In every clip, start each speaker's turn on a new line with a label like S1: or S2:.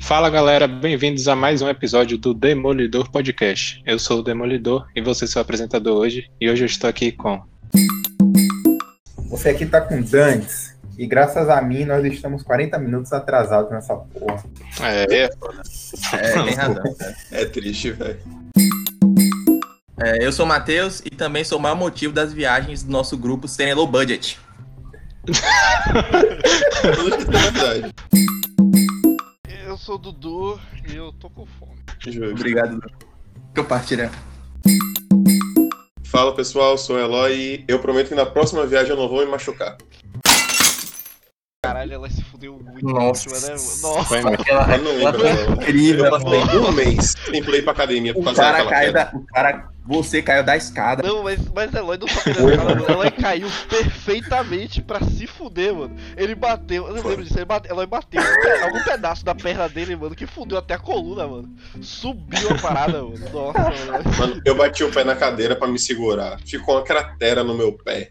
S1: Fala galera, bem-vindos a mais um episódio do Demolidor Podcast. Eu sou o Demolidor e você é seu apresentador hoje. E hoje eu estou aqui com.
S2: Você aqui tá com Dantes. E graças a mim, nós estamos 40 minutos atrasados nessa porra.
S1: É,
S3: É, tem razão. cara.
S4: É triste, velho.
S3: É, eu sou o Matheus e também sou o maior motivo das viagens do nosso grupo serem low budget.
S4: Tudo que tem verdade.
S5: Eu sou o Dudu e eu tô com fome.
S4: Justo.
S3: Obrigado compartilhar.
S4: Fala pessoal, sou o Eloy e eu prometo que na próxima viagem eu não vou me machucar.
S5: Caralho, ela se fudeu muito.
S3: Nossa.
S5: na última, né? Nossa.
S1: foi mesmo.
S3: Aquela,
S4: Eu não lembro,
S3: aquela
S4: não.
S3: incrível.
S4: Eu passei um mês sem play pra academia por
S3: O
S4: causa
S3: cara
S4: daquela
S3: caiu
S4: queda.
S3: da. O cara. Você caiu da escada.
S5: Não, mas, mas Eloy não tá perdendo cara, mano. Eloy caiu perfeitamente pra se fuder, mano. Ele bateu, eu não lembro disso, ele bateu, Eloy bateu em pe- algum pedaço da perna dele, mano, que fudeu até a coluna, mano. Subiu a parada, mano. Nossa, mano.
S4: Mano, eu bati o pé na cadeira pra me segurar. Ficou uma cratera no meu pé.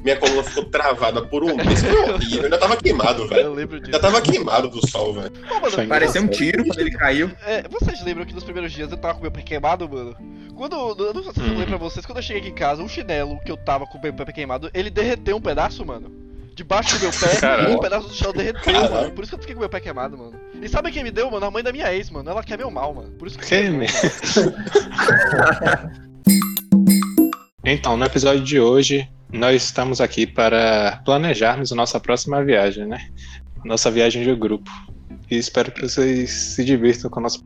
S4: Minha coluna ficou travada por um mês. Foi horrível. Eu ainda tava queimado, velho.
S5: Eu lembro disso.
S4: Ainda tava queimado do sol, velho.
S5: Pô, mano,
S1: Foi
S3: Pareceu um tiro quando ele caiu.
S5: É, vocês lembram que nos primeiros dias eu tava com meu pé queimado, mano? Quando. Eu não sei se eu falei pra vocês, quando eu cheguei aqui em casa, um chinelo que eu tava com o meu pé queimado, ele derreteu um pedaço, mano. Debaixo do meu pé,
S4: Caralho.
S5: um pedaço do chão derreteu,
S4: Caralho.
S5: mano. Por isso que eu fiquei com meu pé queimado, mano. E sabe quem me deu, mano? A mãe da minha ex, mano. Ela quer meu mal, mano. Por isso que.
S1: Que merda. Então, no episódio de hoje, nós estamos aqui para planejarmos a nossa próxima viagem, né? Nossa viagem de grupo. E espero que vocês se divirtam com o nosso.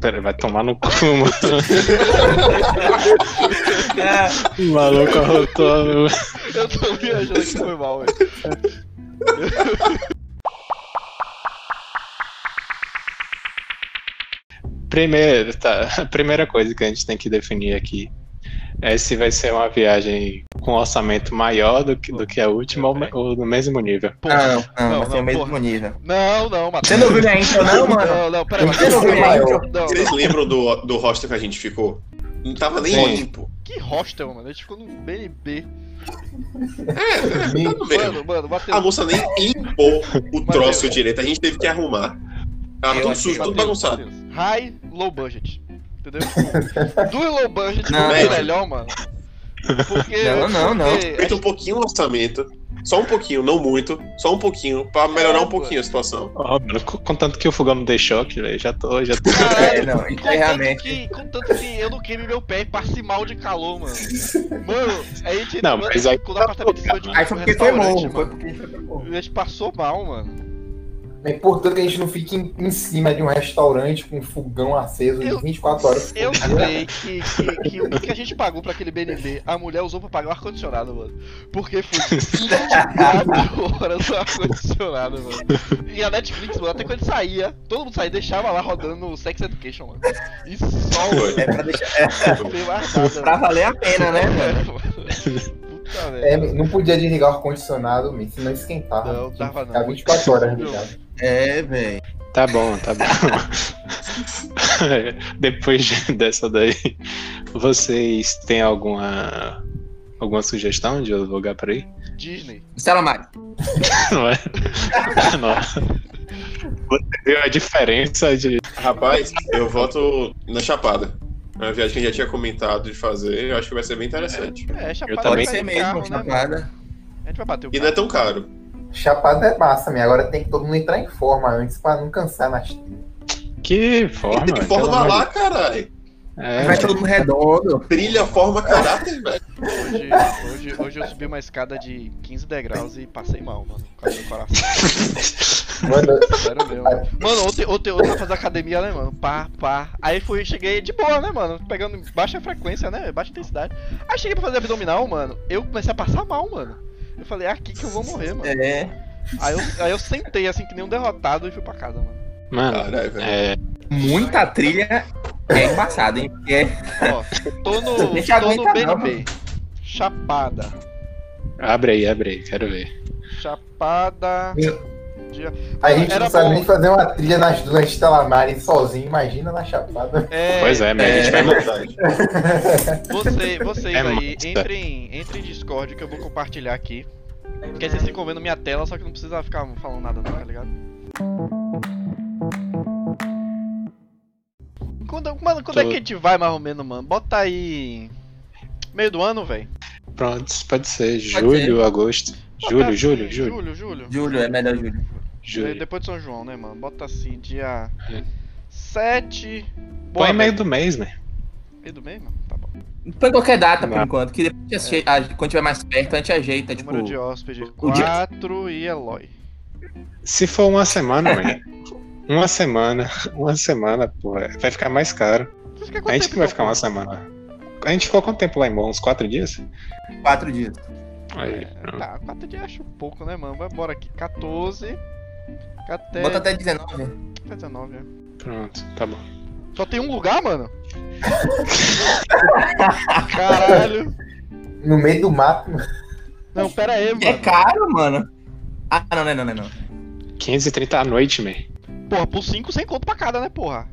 S1: Pera, vai tomar no cu, mano. O maluco arrotou. meu.
S5: Eu tô viajando que foi mal, velho.
S1: Primeiro, tá. A primeira coisa que a gente tem que definir aqui é se vai ser uma viagem com orçamento maior do que, do que a última ou, me- ou no mesmo nível.
S5: Porra.
S3: Ah, Não, não,
S5: Não,
S3: não,
S5: não,
S3: o mesmo
S5: porra.
S3: nível.
S5: Não, não, Matheus.
S3: Você não viu minha intro, não, mano?
S5: Não, não, peraí,
S3: Você não viu minha intro?
S5: Não,
S4: Vocês
S5: não.
S4: lembram do, do hostel que a gente ficou? Não tava nem
S1: Sim.
S4: limpo.
S5: Que hostel, mano. A gente ficou num BNB.
S4: Tá no mesmo.
S5: Mano, mano,
S4: A
S5: Matheus.
S4: moça nem limpou o troço
S5: Mateus.
S4: direito. A gente teve que arrumar. Tava
S3: Eu
S4: tudo
S3: achei,
S4: sujo, tudo
S5: Mateus,
S4: bagunçado.
S5: Mateus. High, low budget. Entendeu? Tipo, Do low budget
S3: Não,
S5: não é
S4: não.
S5: melhor, mano. Porque.
S3: Não, não, Então, não.
S5: porque
S4: Aumenta um pouquinho o orçamento. Só um pouquinho, não muito. Só um pouquinho, pra melhorar um pouquinho a situação.
S1: Ó, mano, co- contanto que o fogão não dê choque, velho, já tô, já tô.
S5: Caralho,
S3: É, não,
S5: contanto
S3: é realmente.
S5: Que, contanto que eu não queime meu pé e passe mal de calor, mano. Mano, a gente
S1: Não,
S5: mano,
S1: mas aí-
S5: ficou no apartamento em cima de um
S3: Aí foi porque foi
S5: restaurante,
S3: morro. Foi
S5: mano.
S3: porque foi pra morro.
S5: A gente passou mal, mano.
S2: É importante que a gente não fique em, em cima de um restaurante com um fogão aceso
S5: Eu-
S2: 24 horas. por
S5: Eu
S2: dia.
S5: sei que, que, que o que a gente pagou pra aquele BNB, a mulher usou pra pagar o ar-condicionado, mano. Porque foi 24 horas no ar-condicionado, mano. E a Netflix, mano, até quando ele saía, todo mundo saía e deixava lá rodando o Sex Education, mano. E só, mano.
S3: É pra deixar. É
S5: Não tem mais nada,
S3: pra
S5: mano.
S3: valer a pena, né, mano?
S5: É, mano. Puta
S2: É,
S5: merda.
S2: não podia desligar o ar-condicionado, meu, senão esquentava.
S5: Não,
S2: Tinha que
S5: tava
S2: ficar
S5: não.
S2: 24 horas
S5: Não.
S2: ligado.
S3: É, velho.
S1: Tá bom, tá bom. Depois de- dessa daí, vocês têm alguma alguma sugestão de lugar pra ir?
S5: Disney.
S3: Salamari.
S1: Não é? Não. Você viu a diferença de
S4: Rapaz, eu voto na Chapada. É uma viagem que a gente já tinha comentado de fazer. Eu acho que vai ser bem interessante.
S5: É, chapada
S1: também
S3: Pode
S5: pra
S3: ser
S5: ir de
S3: mesmo,
S5: carro, né, mano?
S3: chapada.
S5: A gente vai bater o
S4: E não é
S5: carro.
S4: tão caro.
S2: Chapada é massa, meu. Agora tem que todo mundo entrar em forma antes pra não cansar nas
S1: que forma? então,
S4: Tem forma lá, caralho.
S1: É,
S3: Vai todo mundo redondo.
S4: Trilha, forma, caráter, velho.
S5: Hoje, hoje, hoje eu subi uma escada de 15 degraus e passei mal, mano. Por causa do coração.
S2: Mano,
S5: Sério mesmo. Mano, ontem, ontem, ontem eu fazer academia, né, mano? Pá, pá. Aí fui, cheguei de boa, né, mano? Pegando baixa frequência, né? Baixa intensidade. Aí cheguei pra fazer abdominal, mano. Eu comecei a passar mal, mano. Eu falei, é aqui que eu vou morrer, mano.
S3: É.
S5: Aí eu, aí eu sentei, assim, que nem um derrotado e fui pra casa, mano.
S1: Mano,
S4: Caralho, velho.
S1: é,
S3: Muita trilha é embaçada, hein? Porque é
S5: Ó, tô no,
S3: Nem te
S5: tô no
S3: aguenta não,
S5: BNB. Chapada.
S1: abre aí, abre aí, quero ver.
S5: Chapada.
S2: a gente
S5: Era
S2: não sabe
S5: bom.
S2: nem fazer uma trilha nas dunas de Telamari sozinho, imagina na Chapada.
S5: É,
S1: Pois é, mas a gente vai
S4: É
S1: mudar.
S4: verdade.
S5: Você, vocês
S1: É
S5: aí,
S1: massa.
S5: entrem, entrem em Discord que eu vou compartilhar aqui. Porque aí vocês ficam vendo minha tela, só que não precisa ficar falando nada não, tá ligado? Quando, mano, quando é
S1: Tô.
S5: que a gente vai mais ou menos, mano? Bota aí. Meio do ano, velho.
S1: Pronto, pode ser. Julho, agosto. Julho, julho, julho,
S5: assim, Julho, julho.
S3: Julho, é melhor julho.
S5: De-
S1: julho.
S5: Depois de São João, né, mano? Bota assim, dia 7.
S1: Põe
S5: Boa,
S1: meio do mês, né?
S5: meio do mês, mano? Tá bom.
S3: Põe qualquer data por
S1: Não.
S3: enquanto, que depois a gente ache- a- quando tiver mais perto a gente
S1: É
S3: ajeita, tipo.
S5: Número de hóspede
S3: o dia-
S5: 4 e Eloy.
S1: Se for uma semana, velho. Uma semana, uma semana, pô, é, vai ficar mais caro.
S5: Você fica com
S1: A gente
S5: tempo,
S1: que vai
S5: então,
S1: ficar
S5: pô?
S1: uma semana. A gente ficou quanto tempo lá em Bom? Uns quatro dias?
S3: Quatro dias.
S1: Aí,
S5: É,
S1: pronto.
S5: tá, 4 dias acho pouco, né, mano? Vai embora aqui. 14. Até,
S3: Bota até 19.
S5: até 19, né?
S1: Pronto, tá bom.
S5: Só tem um lugar, mano? Caralho.
S2: No meio do mato,
S5: Não, pera aí,
S3: É
S5: mano.
S3: caro, mano. Ah, não, não, não, não, não.
S1: 530 à noite, man.
S5: Porra, por 5 sem conto pra cada, né, porra?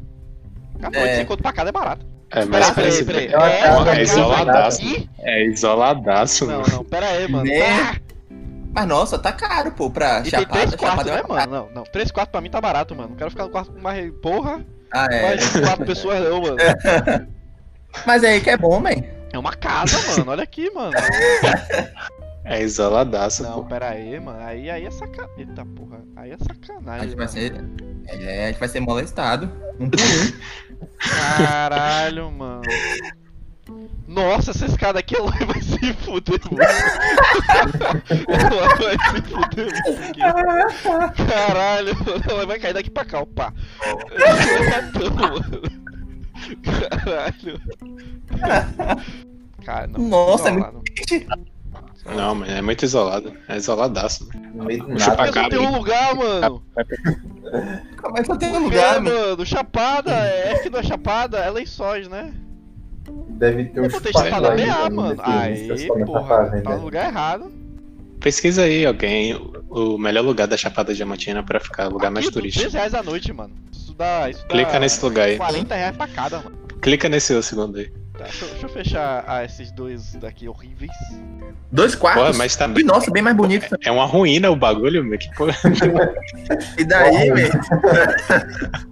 S5: Cada
S3: É.
S5: noite sem conto pra cada é barato.
S1: É, mas
S5: Pera, pera
S1: parece.
S5: aí, pera aí.
S2: É uma casa,
S1: é isoladaço.
S5: Ih,
S1: É isoladaço,
S5: um Não,
S1: mano.
S5: não, pera aí, mano.
S3: Né?
S5: Ah,
S3: Mas nossa, tá caro, pô, pra
S5: e tem 3
S3: Chapada.
S5: quartos,
S3: Chapada
S5: né,
S3: é
S5: mano? Não, não. 3 quartos pra mim tá barato, mano. Não quero ficar no quarto com mais. Porra,
S3: Ah, é.
S5: mais de 4 pessoas não, mano.
S3: Mas é aí que é bom, man.
S5: É uma casa, mano. Olha aqui, mano.
S1: É isoladaço,
S5: Não,
S1: pô.
S5: pera aí, mano. Aí, aí é sacanagem. Eita porra. Aí é
S3: A gente
S5: sacanagem.
S3: vai
S5: mano.
S3: ser. É, a gente vai ser molestado. Um por
S5: Caralho, mano. Nossa, essa escada aqui ela vai se fuder muito. ela vai se fuder muito aqui. Caralho, mano. Ela vai cair daqui pra cá, opa. Caralho. Cara, não.
S3: Nossa, é
S5: Isolado.
S3: um.
S1: Não, mano, é muito isolado. É isoladaço, mano.
S2: no meio do
S1: Chupa
S2: nada.
S5: Mas não
S1: cabra.
S5: tem um lugar, mano.
S3: Como é que eu tenho um
S5: Lugar,
S3: lugar, man?
S5: mano. Chapada. É que não é Chapada. É Lençóis, né?
S2: Deve ter um
S5: Eu botei chapada
S2: aí,
S5: BA,
S2: deve
S5: mano.
S2: ter
S5: Aí,
S2: isso, só não tá
S5: porra,
S2: fazendo,
S5: tá no
S2: né?
S5: lugar errado.
S1: Pesquisa aí alguém o o melhor lugar da Chapada Diamantina pra ficar, o lugar mais
S5: Aqui, 200
S1: turístico.
S5: reais a noite, mano. Isso dá, isso dá
S1: Clica nesse lugar aí.
S5: 40 reais pra cada, mano.
S1: Clica nesse segundo aí.
S5: Tá, deixa, eu- deixa eu fechar ah, esses dois daqui horríveis.
S3: Dois quartos?
S1: Pô, mas tá
S3: E
S1: bem.
S3: nossa, bem mais bonito.
S1: É uma ruína o bagulho, meu. Que porra.
S3: E daí,
S2: Porra.
S3: velho?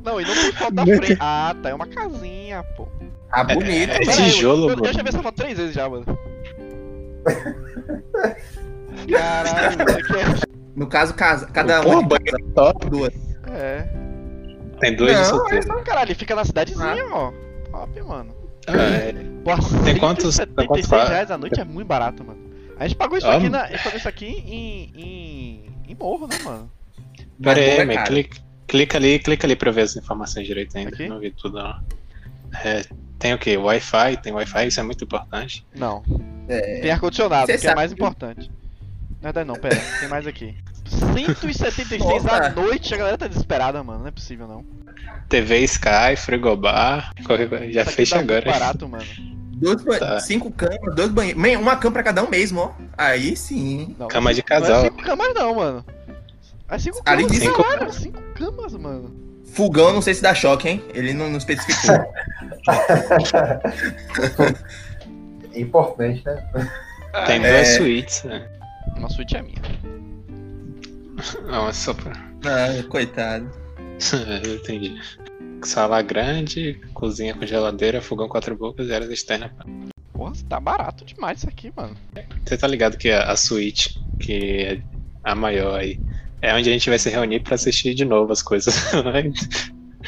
S5: Não, e não tem foto da frente. Ah, tá, é uma casinha, pô.
S3: Ah, bonito.
S1: É
S5: Pera aí,
S1: tijolo,
S5: eu, eu,
S1: mano.
S5: eu já vi essa foto três vezes já, mano. Caralho, mano, que
S3: No caso, casa, cada
S1: Porra,
S3: um
S1: banheiro top.
S3: duas.
S5: é. É.
S1: Tem dois
S3: Não,
S1: de solteiro.
S5: Não, caralho, fica na cidadezinha, ó. Top, mano.
S1: É,
S5: Porra,
S1: Tem quantos-
S5: 176
S1: quantos pa-
S5: reais a noite é muito barato, mano. A gente pagou isso
S1: Ah,
S5: aqui,
S1: mano.
S5: na, a gente pagou isso aqui em, em, em morro, né, mano?
S1: Pera
S3: Mas
S1: aí,
S3: não é
S1: meu.
S3: caro.
S1: Clica, clica ali, clica ali pra eu ver as informações direito ainda.
S5: Aqui?
S1: Não vi tudo, não. É, tem o quê? Wi-Fi? Tem Wi-Fi, isso é muito importante.
S5: Não.
S3: É.
S5: Tem ar-condicionado,
S3: Cê
S5: que é
S3: sabe.
S5: mais importante. Na verdade não, pera, tem mais aqui. 176
S3: Nossa.
S5: à noite, a galera tá desesperada, mano. Não é possível, não.
S1: TV Sky, frigobar. qualquer coisa. Já
S5: Isso aqui
S1: fecha
S5: tá muito
S1: agora.
S5: barato, mano.
S3: Dois ba-
S1: Tá.
S3: Cinco camas, dois banheiros. Man, Uma cama pra cada um mesmo, ó. Aí sim.
S5: Não,
S1: Cama de
S5: Não é
S1: casal.
S5: cinco camas, não, mano. É cinco
S3: Ali
S5: camas,
S1: cinco-
S5: caralho. Cinco camas, mano.
S3: Fogão, não sei se dá choque, hein? Ele não, não especificou.
S2: Importante, né?
S1: Tem
S3: É.
S1: duas suítes, né?
S5: Uma suíte Ah, é minha.
S1: Não, é só pra.
S3: ah, coitado.
S1: Eu entendi. Sala grande, cozinha com geladeira, fogão quatro bocas e áreas externas.
S5: Porra, tá barato demais isso aqui, mano.
S1: Você tá ligado que a, a suíte, que é a maior aí, é onde a gente vai se reunir pra assistir de novo as coisas. né?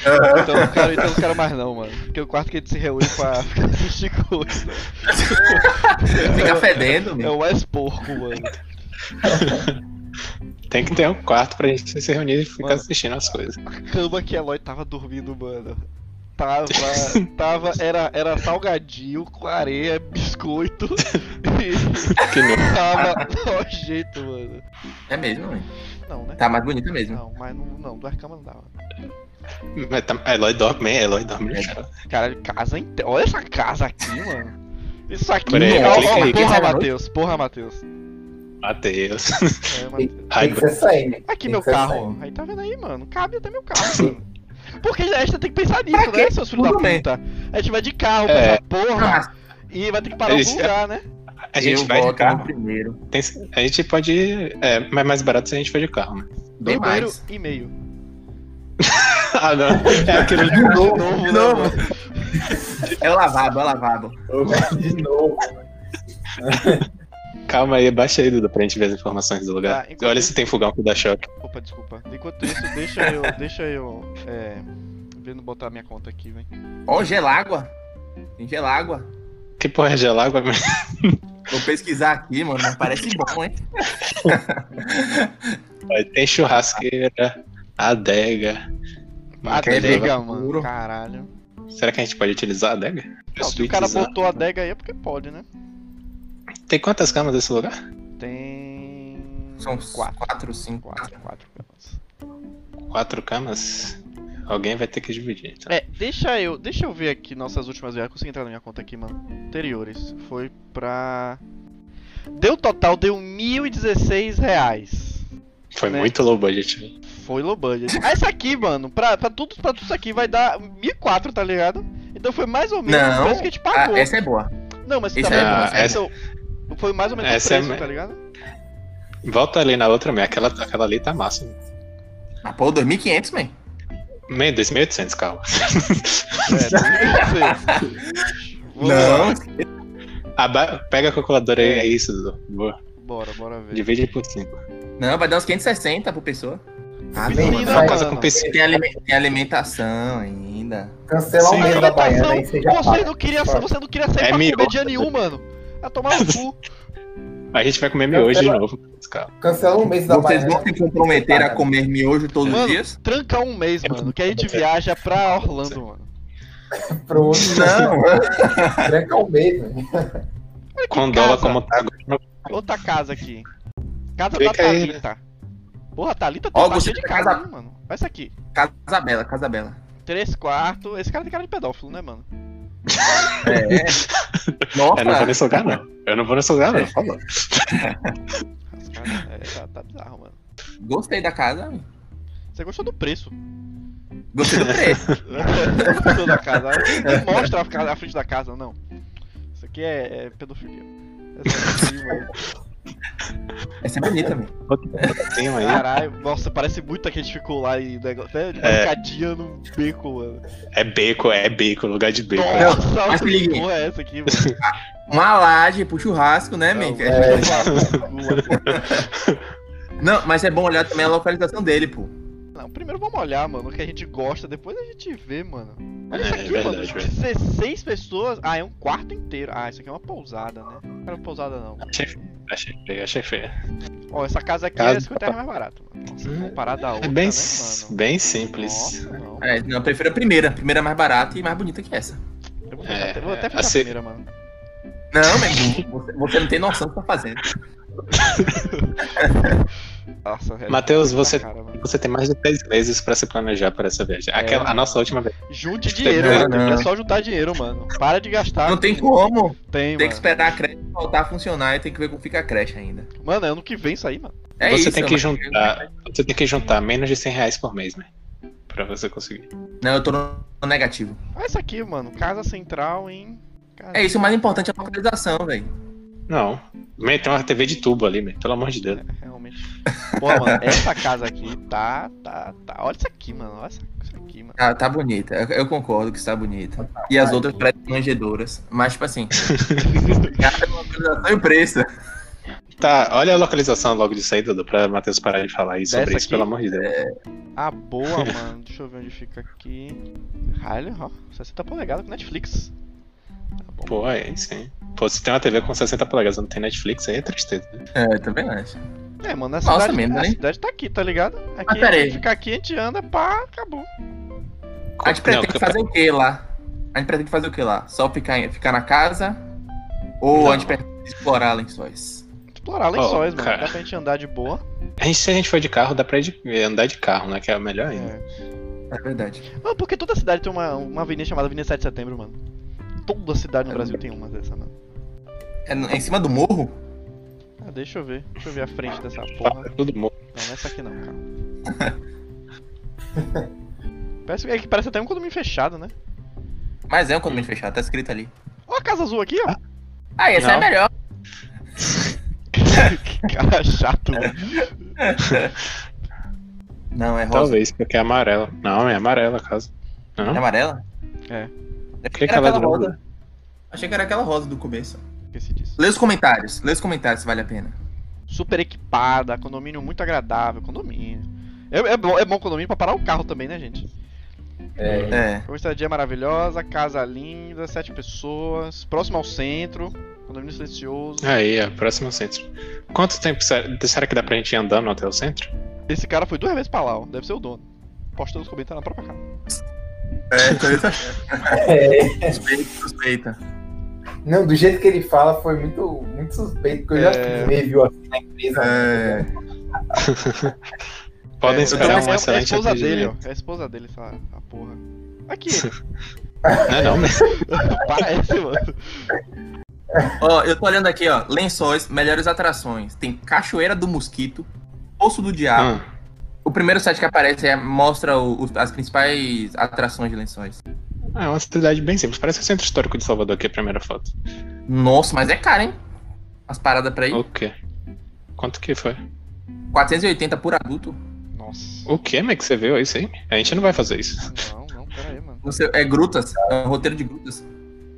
S5: Então eu não quero, então eu não quero mais não, mano. Porque o quarto que a gente se reúne pra ficar assistir coisa.
S3: Fica fedendo,
S5: É
S3: meu.
S5: o mais porco, mano.
S1: Tem que ter um quarto pra gente se reunir e ficar
S5: Mano.
S1: assistindo as coisas.
S5: A cama que a Eloy tava dormindo, mano. Tava. Tava. Era, era salgadinho, com areia, biscoito. E
S1: Que não.
S5: tava. jeito, mano.
S3: É mesmo, man.
S5: Não, né?
S3: Tá mais bonito mesmo.
S5: Não, mas não, não, duas camas não dá, mano.
S1: Mas tá- Eloy dorme, hein? Eloy dorme no chão.
S5: Caralho, casa inteira. Olha essa casa aqui, mano. Isso aqui, é
S1: Pera aí,
S5: ó,
S1: clica
S5: ó,
S1: aí, clica
S5: porra,
S3: aí.
S5: Matheus, porra, Matheus.
S1: Matheus.
S5: É,
S2: Tem
S5: Matheus.
S2: que
S1: Raiva.
S2: ser sair, né?
S5: Aqui
S2: Tem
S5: meu
S2: que ser
S5: carro. Aí tá vendo aí, mano? Cabe até meu carro, mano. Porque a gente tem que pensar nisso,
S3: Pra
S5: né,
S3: quê?
S5: seus filhos da
S3: Tudo bem.
S5: puta? A gente vai de carro pra
S1: É.
S5: essa porra
S3: Ah,
S5: e vai ter que parar em
S1: Eles-
S5: algum lugar, né?
S1: A gente
S3: eu tá?
S1: vai de
S3: voto
S1: carro.
S3: no primeiro.
S1: Tem- a gente pode ir. É, mas é mais barato se a gente for de carro, né?
S3: Bem
S5: Primeiro
S3: mais.
S5: e meio.
S1: Ah, não. É aquilo.
S5: De novo, né,
S3: novo.
S5: mano?
S3: É o lavabo, é o lavabo.
S2: De novo.
S1: Calma aí, baixa aí, Duda, pra gente ver as informações do lugar.
S5: Tá, enquanto-
S1: Olha se tem fogão que dá choque.
S5: Opa, desculpa. Enquanto isso, deixa eu. Deixa eu. É. Vendo botar minha conta aqui, vem.
S3: Ó, gelágua. Tem gelágua.
S1: Que porra é gelágua? mano?
S3: Vou pesquisar aqui, mano. mas Parece bom, hein?
S1: Aí Tem churrasqueira, adega. é
S5: Adega,
S1: Adega.
S5: mano.
S3: puro.
S5: Caralho.
S1: Será que a gente pode utilizar a adega?
S5: Não, se o cara
S1: Suítezão.
S5: botou a adega aí é porque pode, né?
S1: Tem quantas camas nesse lugar?
S5: Tem.
S3: São
S5: quatro.
S3: quatro, cinco.
S5: Quatro, quatro camas.
S1: Quatro camas? Alguém vai ter que dividir. Então.
S5: É, deixa eu. Deixa eu ver aqui nossas últimas viagens. Consegui entrar na minha conta aqui, mano. Anteriores. Foi pra. Deu total, deu 1.016 reais.
S1: Foi
S5: né?
S1: muito low budget.
S5: Foi low budget. Ah, essa aqui, mano, pra, pra tudo, pra tudo isso aqui vai dar 1.004, tá ligado? Então foi mais ou menos
S3: Não.
S5: o preço que a gente
S3: Ah,
S5: pagou.
S3: essa é boa.
S5: Não, mas
S3: essa
S1: é
S5: também.
S1: boa, essa-
S5: então, foi mais ou menos o
S1: essa é
S5: preço,
S1: me-
S5: tá ligado?
S1: Volta ali na outra, man. Aquela, aquela ali tá massa. Man,
S3: Ah, pô, 2.500, man.
S1: Man, 2.800, calma.
S5: É, 1.016. Vamos lá.
S1: Aba- Ah, Pega a calculadora aí, é isso, Dudu. Boa.
S5: Bora, bora ver.
S1: Divide por 5.
S3: Não, vai dar uns 560 por pessoa. Ah,
S5: Piscina,
S3: mano.
S1: Uma
S2: Vai,
S1: casa com
S5: mano.
S1: piscina.
S3: Tem, alime- tem alimentação ainda.
S2: Cancela
S1: Sim.
S2: o meio da Baiana aí, você já
S5: tá você,
S2: paga.
S5: não queria,
S2: Fala.
S5: você não queria sair
S1: É
S5: pra
S1: miolo.
S5: comer dia nenhum, mano. Vai tomar no cu.
S1: A gente vai comer miojo de novo. Calma.
S2: Cancela o mês da
S3: Vocês
S2: Baiana.
S3: vão se comprometer a comer miojo todos
S5: Mano.
S3: os dias?
S5: Tranca um mês,
S1: É
S5: mano, que a gente viaja pra Orlando, mano.
S2: Pronto.
S3: Não.
S2: Tranca o mês, né? velho.
S1: Com dólar
S5: casa.
S1: como tá agora. não-
S5: Outra casa aqui. Casa da
S1: Fica aí,
S5: Thalita. Porra, a Thalita
S3: Ó,
S5: tá
S3: gostei
S5: cheia de
S3: da
S5: casa,
S3: casa.
S5: hein, mano. Olha essa aqui.
S3: Casa Bela, Casa Bela.
S5: Três quartos. Esse cara tem cara de pedófilo, né, mano?
S3: É.
S1: Eu não vou
S3: Nossa,
S1: nesse lugar, não. Eu não vou nesse lugar, não. Falou.
S5: Os caras- é, tá, tá bizarro, mano.
S3: gostei da casa. man.
S5: Você gostou do preço?
S3: Gostei do preço.
S5: Não gostou da casa. Não mostra a, casa- a frente da casa, não. Isso aqui é, é pedofilia. Essa aqui, mano.
S3: Essa é bonita, man.
S1: Tem um aí.
S5: Caralho, nossa, parece muito a que a gente ficou lá e negócio, né? De
S1: É.
S5: Bancadinha num beco, mano.
S1: É beco, é beco, lugar de beco. é.
S5: Nossa,
S3: mas se
S5: que
S3: liga.
S5: porra é essa aqui, mano?
S3: Uma laje pro churrasco, né, man?
S5: Não,
S3: É.
S5: mano.
S3: Não, mas é bom olhar também a localização dele, pô.
S5: Não, primeiro vamos olhar, mano, o que a gente gosta, depois a gente vê, mano. Olha isso
S1: É, é
S5: aqui, mano.
S1: verdade, velho.
S5: 16 pessoas. Ah, é um quarto inteiro. Ah, isso aqui é uma pousada, né? Não era uma pousada, não.
S1: Achei feio, achei feio, achei feio.
S5: Ó, essa casa aqui é
S1: Casa-
S5: 50 reais mais barato, mano. Nossa,
S1: Hum.
S5: comparada a outra,
S1: É bem,
S5: né,
S1: s-
S5: mano?
S1: bem simples.
S5: Nossa, não.
S3: É, não, eu prefiro a primeira. A primeira é mais barata e mais bonita que essa.
S5: Eu vou, fechar,
S1: É,
S5: vou até
S1: é,
S5: fechar a
S1: assim-
S5: primeira, mano.
S3: Não, man, você, você não tem noção do que tá fazendo.
S5: Nossa, é-
S1: Matheus,
S5: tá
S1: você-
S5: cara, mano.
S1: Você tem mais de 10 meses pra se planejar pra essa viagem. Aquela, a nossa última vez.
S5: Junte dinheiro,
S1: Não,
S5: mano.
S3: não.
S5: É só juntar dinheiro, mano. Para de gastar.
S3: né? Não tem como. Tem
S5: Tem,
S3: que
S5: mano.
S3: esperar a creche voltar a funcionar e tem que ver como fica a creche ainda.
S5: Mano, é ano que vem isso aí, mano.
S3: É
S1: você
S3: isso.
S1: tem que
S3: mas-
S1: juntar. Você tem que juntar menos de 100 reais por mês, né? Pra você conseguir.
S3: Não, eu tô no negativo.
S5: Olha isso aqui, mano. Casa Central em. Casa-
S3: É isso, o mais importante é a localização, velho.
S1: Não. Man, tem uma TV de tubo ali, man. pelo amor de Deus.
S5: É, realmente. Pô, mano, essa casa aqui tá. tá, tá. Olha isso aqui, mano. Olha essa- isso aqui, mano.
S3: Ah, tá bonita. Eu, eu concordo que está bonita. E as outras parecem manjedoras. Mas, tipo assim, gasta a localização e o preço.
S1: Tá, olha a localização logo de saída, Dudu, pra Matheus parar de falar aí sobre
S5: Dessa
S1: isso,
S5: aqui?
S1: pelo amor de Deus.
S3: É.
S5: Ah, boa, mano. Deixa eu ver onde fica aqui. Caralho, ó. 60 polegadas com Netflix. Tá bom.
S1: Pô, é sim. Pô, se tem uma TV com 60 polegadas, não tem Netflix, aí é tristeza, né?
S3: É, eu também acho.
S5: É, mano, a
S3: Nossa,
S5: cidade,
S3: mesmo,
S5: a
S3: né?
S5: cidade tá aqui, tá ligado? Aqui
S3: pera
S5: a gente
S3: aí.
S5: fica aqui, a gente anda, pá, acabou.
S3: A gente
S1: Não,
S3: pretende
S1: que-
S3: fazer o que lá? A gente pretende fazer o que lá? Só ficar, em- ficar na casa? Ou
S1: Não.
S3: a gente pretende explorar lençóis?
S5: Explorar lençóis,
S3: Oh,
S1: Ó,
S5: mano.
S1: cara.
S5: Dá pra gente andar de boa.
S1: A gente, se a gente for de carro, dá pra ir de- andar de carro, né? Que é o melhor ainda.
S5: É.
S3: É verdade.
S5: Mano, porque toda cidade tem uma, uma avenida chamada Avenida 7 de Setembro, mano. Toda cidade no Brasil tem uma dessa, mano.
S3: É, n- em cima do morro?
S5: Ah, deixa eu ver. Deixa eu ver a frente dessa
S1: Fala,
S5: porra.
S1: é tudo bom.
S5: Não, não é essa aqui não, calma. Parece, é que parece até um condomínio fechado, né?
S3: Mas é um condomínio fechado, tá escrito ali.
S5: Ó a casa azul aqui, ó.
S3: Ah, essa
S1: Não.
S3: é a melhor.
S5: que cara chato, mano.
S3: Não, é rosa.
S1: Talvez, porque é amarela. Não, é amarela a é casa.
S3: É
S1: Não?
S3: amarela?
S1: que que ela droga?
S3: rosa. Achei que era aquela rosa do começo.
S5: Esqueci disso.
S3: Lê os comentários. Lê os comentários se vale a pena.
S5: Super equipada, condomínio muito agradável, condomínio. É, é bom, é bom condomínio pra parar o carro também, né, gente?
S2: É,
S3: É.
S5: Uma estadia maravilhosa, casa linda, sete pessoas, próximo ao centro, condomínio silencioso.
S1: Aí, ó, próximo ao centro. Quanto tempo será, será que dá pra gente ir andando até o centro?
S5: Esse cara foi duas vezes pra lá, ó. deve ser o dono. Postando os comentários na própria casa.
S3: É, então ele tá-
S2: é.
S3: suspeita, suspeita.
S2: Não, do jeito que ele fala foi muito, muito suspeito, que eu já
S5: É.
S2: fiz review assim na empresa.
S3: É.
S1: Podem
S5: É,
S1: esperar
S5: é,
S1: um
S5: é a
S1: excelente
S5: esposa
S1: episódio.
S5: dele, ó. É a esposa dele, essa a porra. Aqui,
S1: Não é não, né?
S5: parece, mano.
S3: Ó, eu tô olhando aqui, ó. Lençóis, melhores atrações. Tem Cachoeira do Mosquito, Poço do Diabo.
S1: Ah,
S3: O primeiro site que aparece é, mostra o- os- as principais atrações de lençóis.
S1: é uma cidade bem simples. Parece o centro histórico de Salvador aqui, a primeira foto.
S3: Nossa, mas é caro, hein? As paradas pra ir.
S1: O quê? Quanto que foi?
S3: 480 por adulto.
S5: Nossa.
S1: O que, Mac? Você viu isso aí? A gente não vai fazer isso.
S5: Não, não, pera aí, mano.
S3: Não sei, é grutas, é um roteiro de grutas.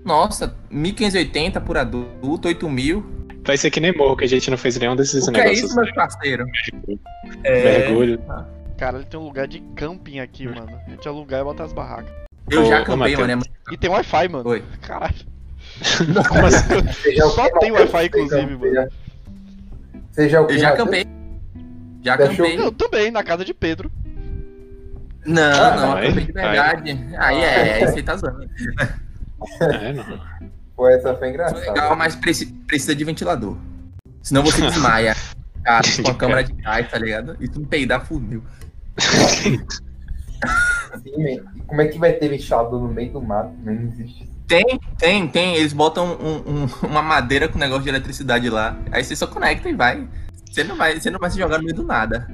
S3: Nossa, 1580 por adulto, 8 mil.
S1: Vai ser que nem morro, que a gente não fez nenhum desses
S3: O que é
S1: negócios.
S3: isso, meu parceiro?
S1: é
S5: É.
S1: Mergulho.
S5: Cara, ele tem um lugar de camping aqui, mano. A gente alugar e botar as barracas.
S3: Eu
S1: Ô,
S3: já
S1: ô,
S3: acampei,
S1: Matheus.
S3: mano. é
S5: E tem Wi-Fi, mano.
S3: Oi.
S5: Caralho.
S1: Como assim?
S2: Seja o
S5: Só
S2: que-
S5: tem Wi-Fi,
S2: um
S5: inclusive, mano.
S2: Seja o que
S3: Eu já
S2: Matheus?
S3: acampei. Já
S2: Você
S3: acampei.
S5: Eu também, na casa de Pedro.
S3: Não, não,
S1: aí-
S3: acampei de
S1: aí-
S3: verdade. Aí é, aí você tá zoando.
S1: É, não.
S2: Pô, essa foi
S3: Isso é
S2: engraçada.
S3: legal, mas preci- precisa de ventilador. Senão você desmaia. Cara, com a câmera de trás, tá ligado? E tu peidar fudeu.
S2: Sim, man. E Como é que vai ter ventilador no meio do mato? né? Não existe.
S3: Tem, tem, tem. Eles botam um- um- uma madeira com negócio de eletricidade lá. Aí você só conecta e vai. Você não vai, você não vai se jogar no meio do nada.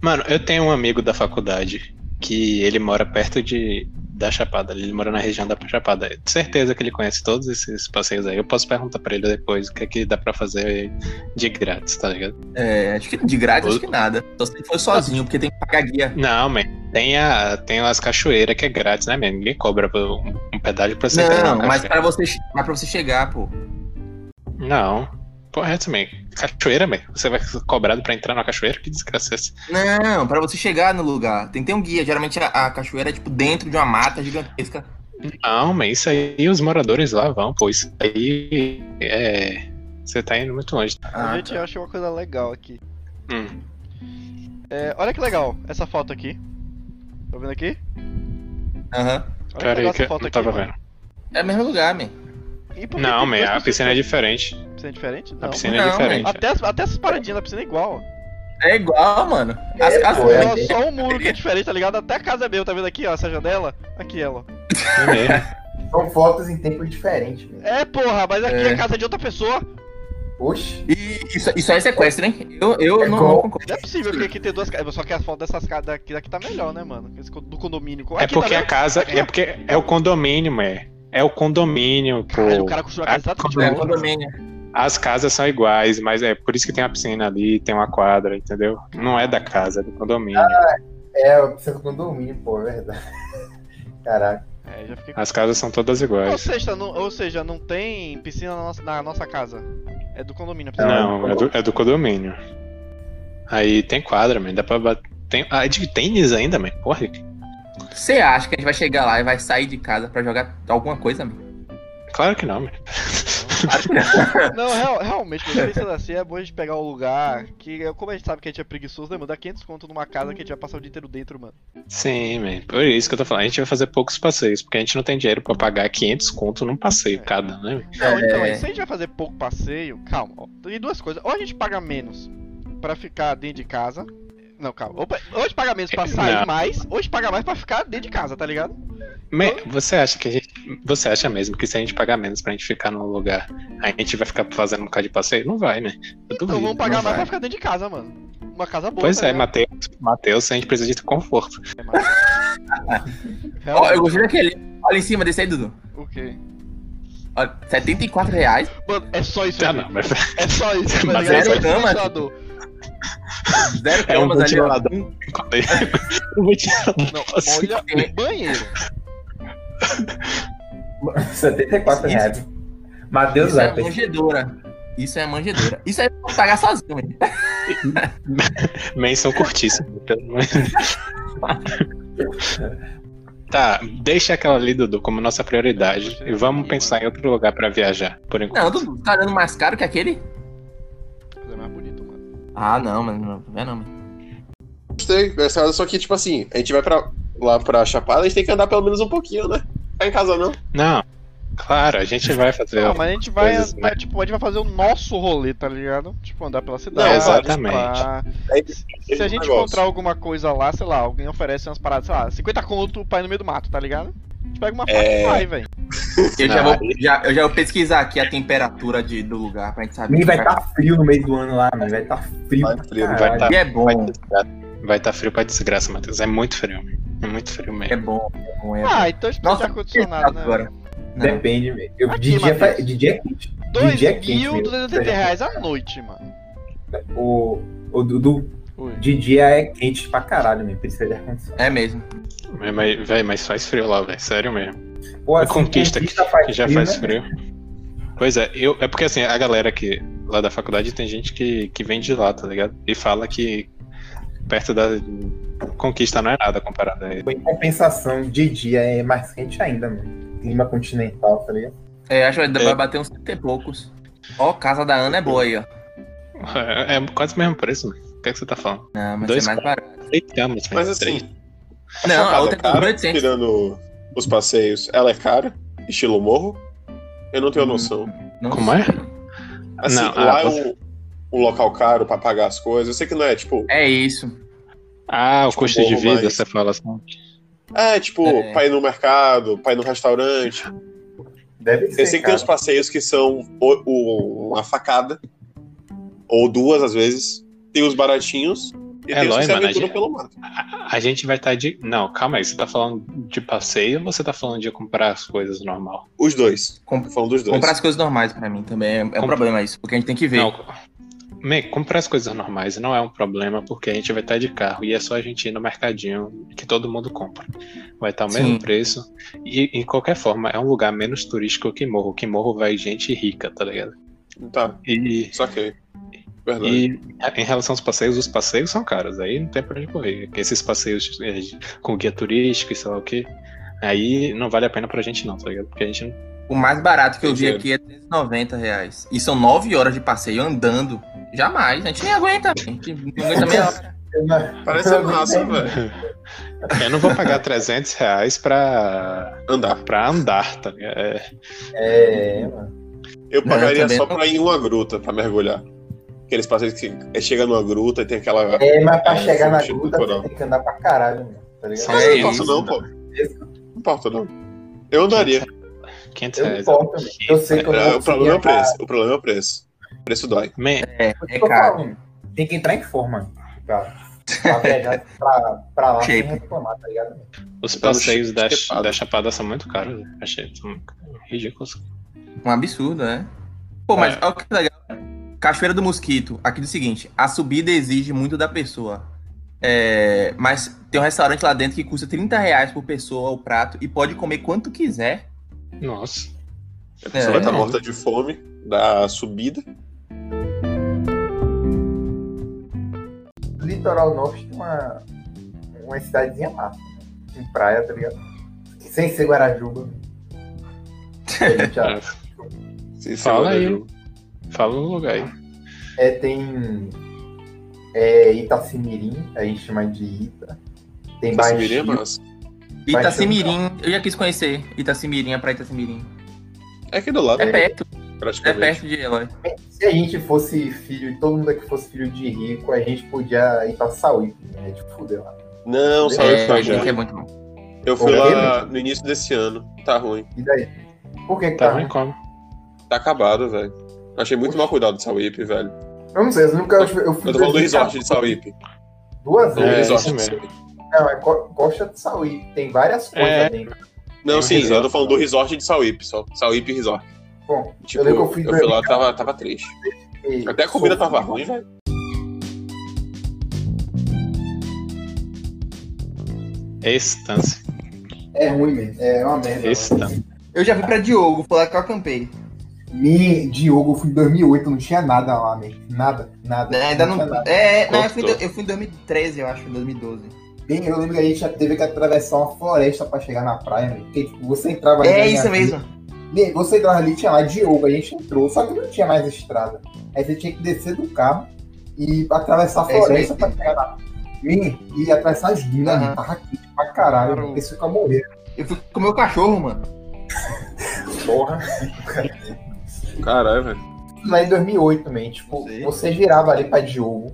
S1: Mano, eu tenho um amigo da faculdade que ele mora perto de da Chapada, ele mora na região da Chapada. Certeza que ele conhece todos esses passeios aí. Eu posso perguntar pra ele depois o que é que dá pra fazer de grátis, tá ligado?
S3: É, acho que de grátis, acho que nada. Só se for sozinho, porque tem que pagar guia.
S1: Não, man, tem, a, tem as cachoeiras que é grátis, né, man? Ninguém cobra um, um pedágio pra você entrar
S3: Não,
S1: numa
S3: mas
S1: cachoeira.
S3: pra você, che- mas pra você chegar, pô.
S1: Não. Porra, essa, man. Cachoeira, man. Você vai ser cobrado pra entrar numa cachoeira? Que desgraça é essa?
S3: Não, pra você chegar no lugar. Tem que ter um guia. Geralmente a, a cachoeira é tipo dentro de uma mata gigantesca.
S1: Não, mas isso aí os moradores lá vão, pô. Isso aí é. Você tá indo muito longe.
S3: Ah,
S5: a gente é.
S3: tá.
S5: acha uma coisa legal aqui.
S1: Hum.
S5: É, olha que legal essa foto aqui. Tá vendo aqui?
S3: tá. Aham.
S5: Olha
S1: Pera
S5: legal
S1: aí, que eu não tava
S5: mano.
S1: vendo.
S3: É o mesmo lugar, man.
S5: E por que
S1: Não,
S5: tem
S1: man, a
S5: duas pessoas
S1: piscina é
S5: que-
S1: diferente.
S5: Piscina é diferente?
S1: A
S5: Não.
S1: piscina
S3: Não,
S1: é diferente.
S5: Até, as- até essas paradinhas da piscina é igual, ó.
S3: É igual, mano. As,
S2: É,
S3: as-
S2: pô, é.
S5: Só, só o muro que é diferente, tá ligado? Até a casa é meu, tá vendo aqui, ó? Essa janela? Aqui ela, ó.
S1: É mesmo.
S2: São fotos em né? tempos diferentes. man.
S5: É, porra, mas aqui
S3: É.
S5: a casa é de outra pessoa.
S2: Oxe.
S3: E isso, isso é sequestro, hein? Eu, eu
S2: É
S3: não,
S2: igual.
S3: não concordo.
S5: Não é possível, porque aqui tem duas casas. Só que as fotos dessas casas daqui, daqui tá melhor, né, mano? Esse co- do condomínio.
S1: É
S5: Aqui tá
S1: porque a
S5: melhor.
S1: casa.
S5: Aqui, ó.
S1: É porque é o condomínio, man. É o condomínio, pô.
S5: Caralho, o cara construiu a casa tá
S1: a-
S5: exatamente
S3: É
S5: igual.
S3: condomínio.
S1: As casas são iguais, mas é por isso que tem uma piscina ali, tem uma quadra, entendeu? Não é da casa, é do condomínio.
S2: É, eu preciso do condomínio, pô, é verdade. Caraca.
S5: É, já fiquei com...
S1: As casas são todas
S5: Ou
S1: iguais.
S5: seja, não, ou seja, não tem piscina na nossa, na nossa casa. É do condomínio a piscina.
S1: Não, é do, é do condomínio. Aí tem quadra, man. Dá pra bater. Tem, ah, é de tênis ainda, man. Porra, que-
S3: Você acha que a gente vai chegar lá e vai sair de casa pra jogar alguma coisa, mano?
S1: claro que não, man.
S3: Claro que não.
S5: Não, real- realmente, mas pensando assim, é bom a gente pegar um lugar que, como a gente sabe que a gente é preguiçoso, né, mano? Dá 500 conto numa casa que a gente vai passar o dia inteiro dentro, mano.
S1: Sim, man. Por isso que eu tô falando. A gente vai fazer poucos passeios, porque a gente não tem dinheiro pra pagar 500 conto num passeio cada, né? man?
S5: Não, então,
S3: É.
S5: aí, se a gente vai fazer pouco passeio, calma. ó, Tem duas coisas. Ou a gente paga menos pra ficar dentro de casa. Não, calma. Ou, pa- ou a gente paga menos pra sair
S1: É, Não.
S5: mais, ou a gente paga mais pra ficar dentro de casa, tá ligado?
S1: Man, você acha que a gente. Você acha mesmo que se a gente pagar menos pra gente ficar num lugar, a gente vai ficar fazendo um bocado de passeio? Não vai, né? Eu
S5: Então
S1: duvido.
S5: vamos pagar
S3: não
S5: mais
S3: vai.
S5: pra ficar dentro de casa, mano. Uma casa boa.
S1: Pois
S5: tá
S1: é,
S5: ligado?
S1: Matheus, Matheus, a gente precisa de conforto.
S5: É, mas-
S3: Ó, eu
S5: Realmente,
S3: gostei daquele. Olha em cima desse aí, Dudu.
S5: o quê?
S3: Olha, R$ 74 reais.
S5: Mano, é só isso,
S1: Ah,
S5: velho.
S1: não, mas
S5: É só isso, tá
S1: Mas
S5: ligado?
S1: é
S5: Só esse
S3: cama?
S5: ventilador.
S3: Zero
S1: É um
S3: camas ali, ó.
S1: ventilador. eu vou tirar
S5: Não,
S1: Assim,
S5: olha o banheiro.
S2: R$ 74 reais. Matheus
S3: Isso é
S2: Zapper.
S3: manjedoura. Isso é manjedoura. Isso é pra pagar sozinho, velho.
S1: Menção curtíssima, então, pelo menos. Tá, deixa aquela ali, Dudu, como nossa prioridade. E vamos pensar em outro lugar pra viajar, por enquanto.
S3: Não, tu tá dando mais caro que aquele?
S5: Mas é mais bonito, mano.
S3: Ah, não, mas não não é não. mano.
S4: Gostei, gostei, só que, tipo assim, a gente vai pra, lá pra Chapada, a gente tem que andar pelo menos um pouquinho, né? Tá em casa não?
S1: Não, claro, a gente vai fazer.
S5: Não, mas a gente vai,
S1: Então, coisas,
S5: andar,
S1: né?
S5: tipo, a gente vai fazer o nosso rolê, tá ligado? Tipo, andar pela cidade.
S4: Não,
S1: exatamente.
S5: pá.
S4: Aí,
S5: Se a gente
S4: negócio.
S5: encontrar alguma coisa lá, sei lá, alguém oferece umas paradas, sei lá, 50 conto pra ir no meio do mato, tá ligado? A gente pega uma faca
S4: É.
S5: e vai, velho.
S3: Eu já
S1: Ah,
S3: vou, já, eu já vou pesquisar aqui a temperatura de, do lugar pra gente saber.
S2: Mim vai estar frio no meio do ano lá, mim. Vai estar frio.
S4: Vai
S2: pra
S4: frio, vai
S2: caralho.
S1: tá-
S3: E é bom,
S1: Vai estar vai tá frio pra desgraça, Matheus. É muito frio, é muito frio
S3: é
S1: mesmo.
S3: bom, é bom, é bom.
S5: Ah, então a gente tá de ar-condicionado, né?
S3: agora. Não.
S2: Depende, velho. Eu-
S5: Aqui,
S2: De dia
S5: Matheus.
S2: fa- de dia é quente. De dia é quente, meu.
S5: 2.280 reais à noite, mano.
S2: O, o Dudu,
S5: Ui.
S2: de dia é quente pra caralho, meu. Precisa de ar-condicionado.
S3: É mesmo.
S1: Mas, mas- véi, mas faz frio lá, velho. Sério mesmo.
S2: Pô,
S1: A
S2: assim,
S1: conquista que,
S2: faz
S1: que já
S2: frio,
S1: faz
S2: né?
S1: frio. Pois é, eu, é porque assim, a galera que lá da faculdade tem gente que, que vem de lá, tá ligado? E fala que perto da conquista não é nada comparado a
S2: Em compensação, de dia é mais quente ainda, mano. Clima continental, tá ligado?
S3: É, acho que vai-
S1: É.
S3: vai bater uns 30 e poucos. Ó, casa da Ana é boa aí, ó.
S1: É, é quase o mesmo preço, mano. O que, é que você tá falando?
S3: Não, mas
S1: Dois
S3: é mais barato.
S1: Três camas,
S4: Mas
S1: velho. Três.
S4: assim, a
S3: Não, a
S4: Chapada
S3: outra
S4: é
S3: é
S4: cara,
S3: 1.800.
S4: tirando os passeios, ela é cara, estilo morro. Eu não tenho noção.
S3: Não
S1: Como é?
S3: sei.
S4: Assim,
S1: Não,
S4: lá
S1: ah,
S4: é um, um local caro pra pagar as coisas. Eu sei que não é, tipo.
S3: É isso.
S1: Ah, o
S4: Tipo,
S1: custo de
S4: bom,
S1: vida,
S4: mas-
S1: você fala assim.
S4: É, tipo,
S3: É.
S4: pra ir no mercado, pra ir no restaurante.
S2: Deve ser.
S4: Eu sei que tem
S2: cara.
S4: uns passeios que são o- o- uma facada, ou duas às vezes. Tem os baratinhos e
S1: É
S4: tem os que
S1: lógico,
S4: se
S1: mano, a
S4: aventuram
S1: gente-
S4: pelo mato.
S1: A, a gente vai estar de. Não, calma aí, você tá falando de passeio ou você tá falando de comprar as coisas normal?
S4: Os dois.
S3: Com-
S4: Tô falando dos dois.
S3: Comprar as coisas normais pra mim também é, é um
S1: Compra.
S3: problema isso, porque a gente tem que ver.
S1: Não. Me, comprar as coisas normais não é um problema, porque a gente vai estar de carro e é só a gente ir no mercadinho que todo mundo compra. Vai estar o
S3: Sim.
S1: mesmo preço. E, em qualquer forma, é um lugar menos turístico que Morro. Que Morro vai gente rica, tá ligado?
S4: Tá,
S1: E
S4: saquei. Verdade.
S1: E em relação aos passeios, os passeios são caros, aí não tem pra onde correr. Porque Esses passeios eh, com guia turístico e sei lá o que, aí não vale a pena pra gente não, tá ligado? Porque a gente não.
S3: O mais barato que eu vi aqui
S4: Entendi.
S3: é 390 reais. E são 9 horas de passeio andando. Jamais, a gente nem aguenta. A gente não aguenta meia hora.
S2: Eu não-
S4: Parece
S2: eu não-
S4: massa, velho.
S1: Eu não vou pagar 300 reais pra,
S4: Andar.
S1: pra andar, tá ligado? É,
S2: É, mano.
S4: Eu
S3: Não,
S4: pagaria
S3: também
S4: só
S3: não.
S4: pra ir em uma gruta pra mergulhar. Aqueles passeios que é, chega numa gruta e tem aquela.
S2: É, mas pra
S4: É,
S2: chegar na
S4: sentido
S2: gruta
S4: cultural.
S2: você tem que andar pra caralho, mano. Tá ligado?
S1: Mas
S4: eu
S1: é
S4: não posso,
S1: isso,
S4: não, pô. Não importa, não. Eu andaria.
S1: 500
S2: Eu não
S1: reais.
S2: importo, mano. Eu sei que eu não
S4: É,
S2: vou
S4: o problema é o
S2: conseguir andar.
S4: preço. O problema é o preço. O preço dói.
S1: Man,
S3: É,
S2: Eu
S3: é
S2: tô
S3: caro.
S2: falando, Tem que entrar em forma né? pra, pra viajar pra, pra lá sem
S3: Shape.
S2: reclamar, tá ligado?
S1: os
S4: Eu tava
S1: passeios da,
S4: chapado.
S1: da Chapada são muito caros. né? Achei são ridículos.
S3: Um absurdo, né? Pô, mas
S1: É.
S3: olha que legal. Cachoeira do Mosquito, aqui do seguinte, a subida exige muito da pessoa. É, mas tem um restaurante lá dentro que custa 30 reais por pessoa o prato e pode comer quanto quiser.
S1: Nossa.
S4: A pessoa vai tá estar
S3: É.
S4: morta de fome da subida.
S2: No litoral norte tem uma, uma cidadezinha massa, né? em praia, tá ligado? Sem ser Guarajuba. A gente já-
S4: Se- se
S1: Fala
S4: manda
S1: aí.
S4: junto.
S1: Fala um lugar aí.
S2: É, tem é, Itacimirim, a gente chama de Ita. Tem
S4: Essa viria é
S2: Baixio.
S4: massa.
S2: Vai
S3: Itacimirim, eu já quis conhecer Itacimirim, a praia Itacimirim.
S4: É aqui do lado,
S3: É perto, é
S4: praticamente.
S3: perto de Eloy.
S2: Se a gente fosse filho, todo mundo aqui fosse filho de rico, a gente podia ir pra Saúde, né? A gente fudeu lá.
S4: Não, saiu
S3: É,
S4: de Pajé.
S3: dizem que é muito bom.
S4: Eu fui
S2: Por quê,
S4: lá no início desse ano. Tá ruim.
S2: E daí? Por que que
S1: Tá
S2: tá?
S1: ruim
S2: ruim?
S1: como?
S4: Tá acabado, velho. Achei muito mal cuidado de Sauípe, velho.
S2: Eu não sei, eu nunca. Eu fui
S4: Eu tô falando do
S2: 2014,
S4: resort de Sauípe.
S2: Duas
S4: Tô falando do
S1: É,
S2: vezes.
S4: resort
S1: isso
S4: de
S1: mesmo.
S4: Sauípe.
S2: Não, é co- Costa de Saúde. Tem várias coisas
S1: É.
S2: dentro.
S4: Não,
S1: um
S4: sim, eu
S1: resort.
S4: tô falando do resort de Sauípe, só. Sauípe Resort.
S2: Bom,
S4: Tipo, eu,
S2: lembro que eu fui
S4: fui,
S2: do-
S4: lá, tava, tava triste.
S2: E-
S4: Até a comida
S2: sou-
S4: tava ruim, velho.
S1: Estância.
S2: É ruim mesmo. É uma merda.
S1: tá. Estância.
S3: Eu já fui pra Diogo, foi lá que eu acampei.
S2: Me, Diogo, eu fui em 2008, não tinha nada lá, man. Nada, nada.
S3: É, ainda não.
S2: tinha nada.
S3: É, é, não, eu fui, em do-
S4: Cortou.
S3: eu fui em 2013, eu acho, 2012.
S2: Bem, eu lembro que a gente já teve que atravessar uma floresta pra chegar na praia, man. Porque, tipo, você entrava ali na
S3: É
S2: minha
S3: isso
S2: vida,
S3: mesmo.
S2: Bem, Você entrava ali, tinha lá Diogo, a gente entrou, só que não tinha mais estrada. Aí você tinha que descer do carro e atravessar a
S3: É isso
S2: floresta
S3: mesmo.
S2: pra chegar lá. Bem, e atravessar as dunas,
S3: Aham.
S2: ali, tava quente pra caralho,
S5: Claro.
S2: a pessoa fica morrendo.
S3: Eu fui com o meu cachorro, mano.
S2: Porra.
S4: Caralho, velho.
S2: Lá em 2008 também, tipo,
S3: Sei.
S2: você girava ali pra Diogo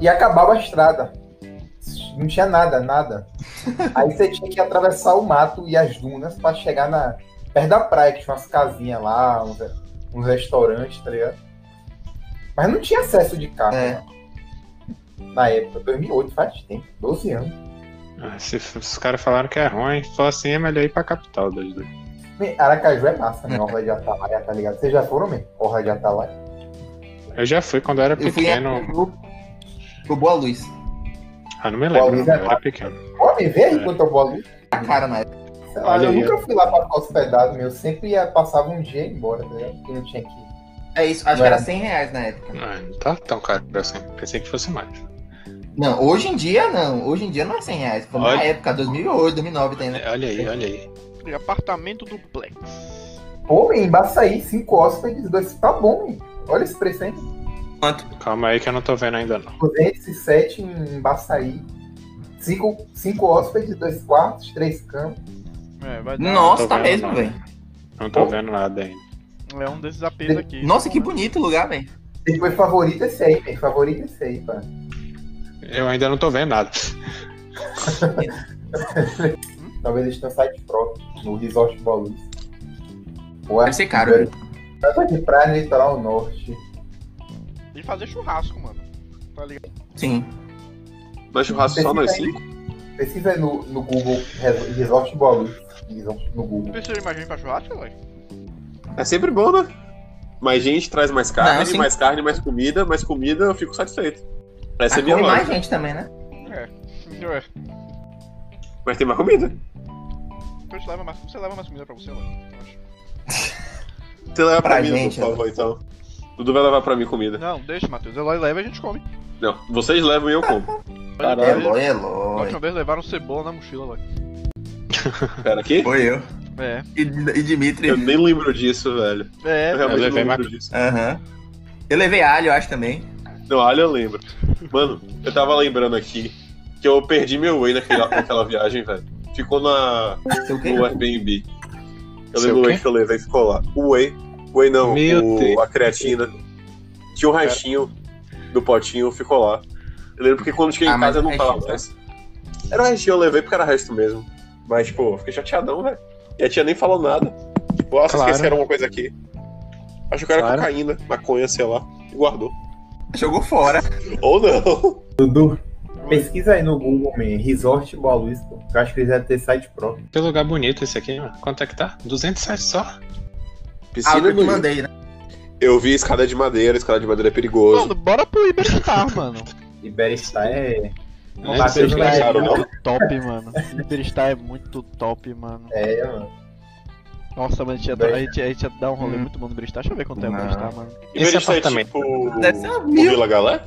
S2: e acabava a estrada. Não tinha nada, nada. Aí você tinha que atravessar o mato e as dunas pra chegar na perto da praia, que tinha umas casinhas lá, uns, uns restaurantes, tá ligado? Mas não tinha acesso de carro.
S3: É.
S2: né? Na época, 2008, faz tempo, 12 anos.
S1: Ah, Se f- os caras falaram que é ruim, só assim é melhor ir pra capital das duas.
S2: Bem, Aracaju é massa, né? Orla de Atalaia, tá ligado? Vocês já foram mesmo? Orla de Atalaia.
S1: Eu já fui quando eu era
S3: Eu fui
S1: pequeno.
S3: pro, pro Boa Luz.
S1: Ah, não me
S2: Qual
S1: lembro,
S2: lugar?
S1: não, eu era pequeno.
S2: Ó, me vê aí
S1: É.
S2: quanto eu vou ali.
S3: A cara na época.
S2: Sei lá,
S1: Olha
S2: eu
S1: aí,
S2: nunca fui lá pra ficar hospedado, meu. Eu sempre ia, passava um dia e ia embora, tá ligado? Porque não tinha que. ir.
S3: É isso, acho
S2: Não
S3: que era
S2: era.
S3: 100 reais na época.
S1: Ah, não tá tão caro assim. Pensei que fosse mais.
S3: Não, hoje em dia não. Hoje em dia não é 100 reais. Foi na
S1: Olha.
S3: época, 2008, 2009 tem, né?
S1: É, Olha aí, olha aí.
S5: Apartamento duplex.
S2: Pô, em Baçaí, cinco hóspedes, dois. Tá bom, hein? Olha esse preço aí.
S3: Quanto?
S1: Calma aí que eu não tô vendo ainda não.
S2: 207 em Baçaí. Cinco, cinco hóspedes, dois quartos, três campos.
S5: É, vai dar.
S3: Nossa,
S1: Tô
S3: tá
S1: vendo,
S3: mesmo,
S1: não.
S3: velho.
S1: Não tô
S2: Pô.
S1: vendo nada ainda.
S5: É um desses APs aqui. né?
S3: Nossa, que bonito o lugar, velho.
S2: Depois favorito é esse aí, velho. Favorito esse aí, pá.
S1: Eu ainda não tô vendo nada.
S2: Talvez eles tenham site próprio no Resort é Bolus.
S3: Deve ser caro, velho.
S2: Casa de praia no litoral norte.
S5: E fazer churrasco, mano. Tá ligado?
S3: Sim.
S4: Mas churrasco só nós cinco?
S2: Pesquisa aí no, no Google Res- Resort Bolus. Resort no Google.
S5: Precisa de mais gente pra churrasco, velho?
S4: É sempre bom, né? Mais gente traz mais
S3: Não,
S4: carne,
S3: sim.
S4: mais carne, mais comida, mais comida, eu fico satisfeito. Essa é
S3: Mas
S4: minha
S3: come mais
S4: lógica.
S3: gente também, né?
S5: Ué,
S4: Mas tem mais comida.
S5: depois então leva mais, você leva mais comida pra você, velho. eu acho.
S4: Você leva pra,
S3: Pra
S4: mim,
S3: gente, né?
S4: por favor, então. Dudu vai levar pra mim comida.
S5: Não, deixa, Matheus. Eloy leva e a gente come.
S4: Não, vocês levam e eu como.
S5: Caralho.
S3: É lói, é
S5: Da
S3: lói.
S5: última vez levaram cebola na mochila, velho.
S4: Pera, aqui?
S3: Foi eu.
S5: É.
S3: E, e Dimitri.
S4: Eu nem lembro disso, velho. Eu
S5: É,
S4: realmente
S1: levei
S4: não lembro
S1: mac-
S4: disso.
S3: Aham. Eu levei alho, eu acho também.
S4: Não, olha, eu lembro. Mano, eu tava lembrando aqui que eu perdi meu Whey naquela, naquela viagem, velho. Ficou na,
S3: Sei o quê?
S4: no Airbnb. Eu
S1: Seu
S4: lembro o
S1: quê?
S4: Whey que eu levei ficou lá. O Whey. O Whey não,
S1: Meu
S4: o-
S1: Deus.
S4: a creatina. Tinha um restinho do potinho, ficou lá. Eu lembro porque quando cheguei
S3: Ah,
S4: em
S3: mas
S4: casa eu
S1: é
S4: não
S3: restinho,
S4: tava mais. Era um restinho, eu levei porque era resto mesmo. Mas, pô, eu fiquei chateadão, velho. E a tia nem falou nada. Tipo, nossa,
S1: Claro.
S4: esqueceram uma coisa aqui. Acho que era
S1: Claro.
S4: cocaína, maconha, sei lá. E guardou.
S3: Jogou fora.
S4: Ou não.
S2: Pesquisa aí no Google, man. Resort Boa Luz, pô. Eu acho que eles devem ter site próprio.
S1: Que lugar bonito esse aqui, mano. Quanto é que tá? 207 só?
S3: Ah,
S4: Piscina
S3: eu te
S4: bonita.
S3: mandei, né?
S4: Eu vi escada de madeira, escada de madeira é perigoso.
S5: Mano, bora pro Iberstar, mano.
S2: Iberestar é.
S1: Não,
S2: tá
S1: sei
S2: sendo
S1: que é
S4: legal.
S1: caro.
S4: não.
S5: muito top, mano. Iberstar é muito top, mano.
S2: É, mano.
S5: Nossa, mano, a gente ia, dar- a gente, a gente ia dar um rolê muito bom no Iberstar. Deixa eu ver quanto é o
S3: Não.
S5: Iberstar, mano.
S1: Esse
S4: Iberista é
S1: apartamento.
S4: tipo
S3: Deve ser uma
S4: o
S3: mil.
S4: Vila Galé?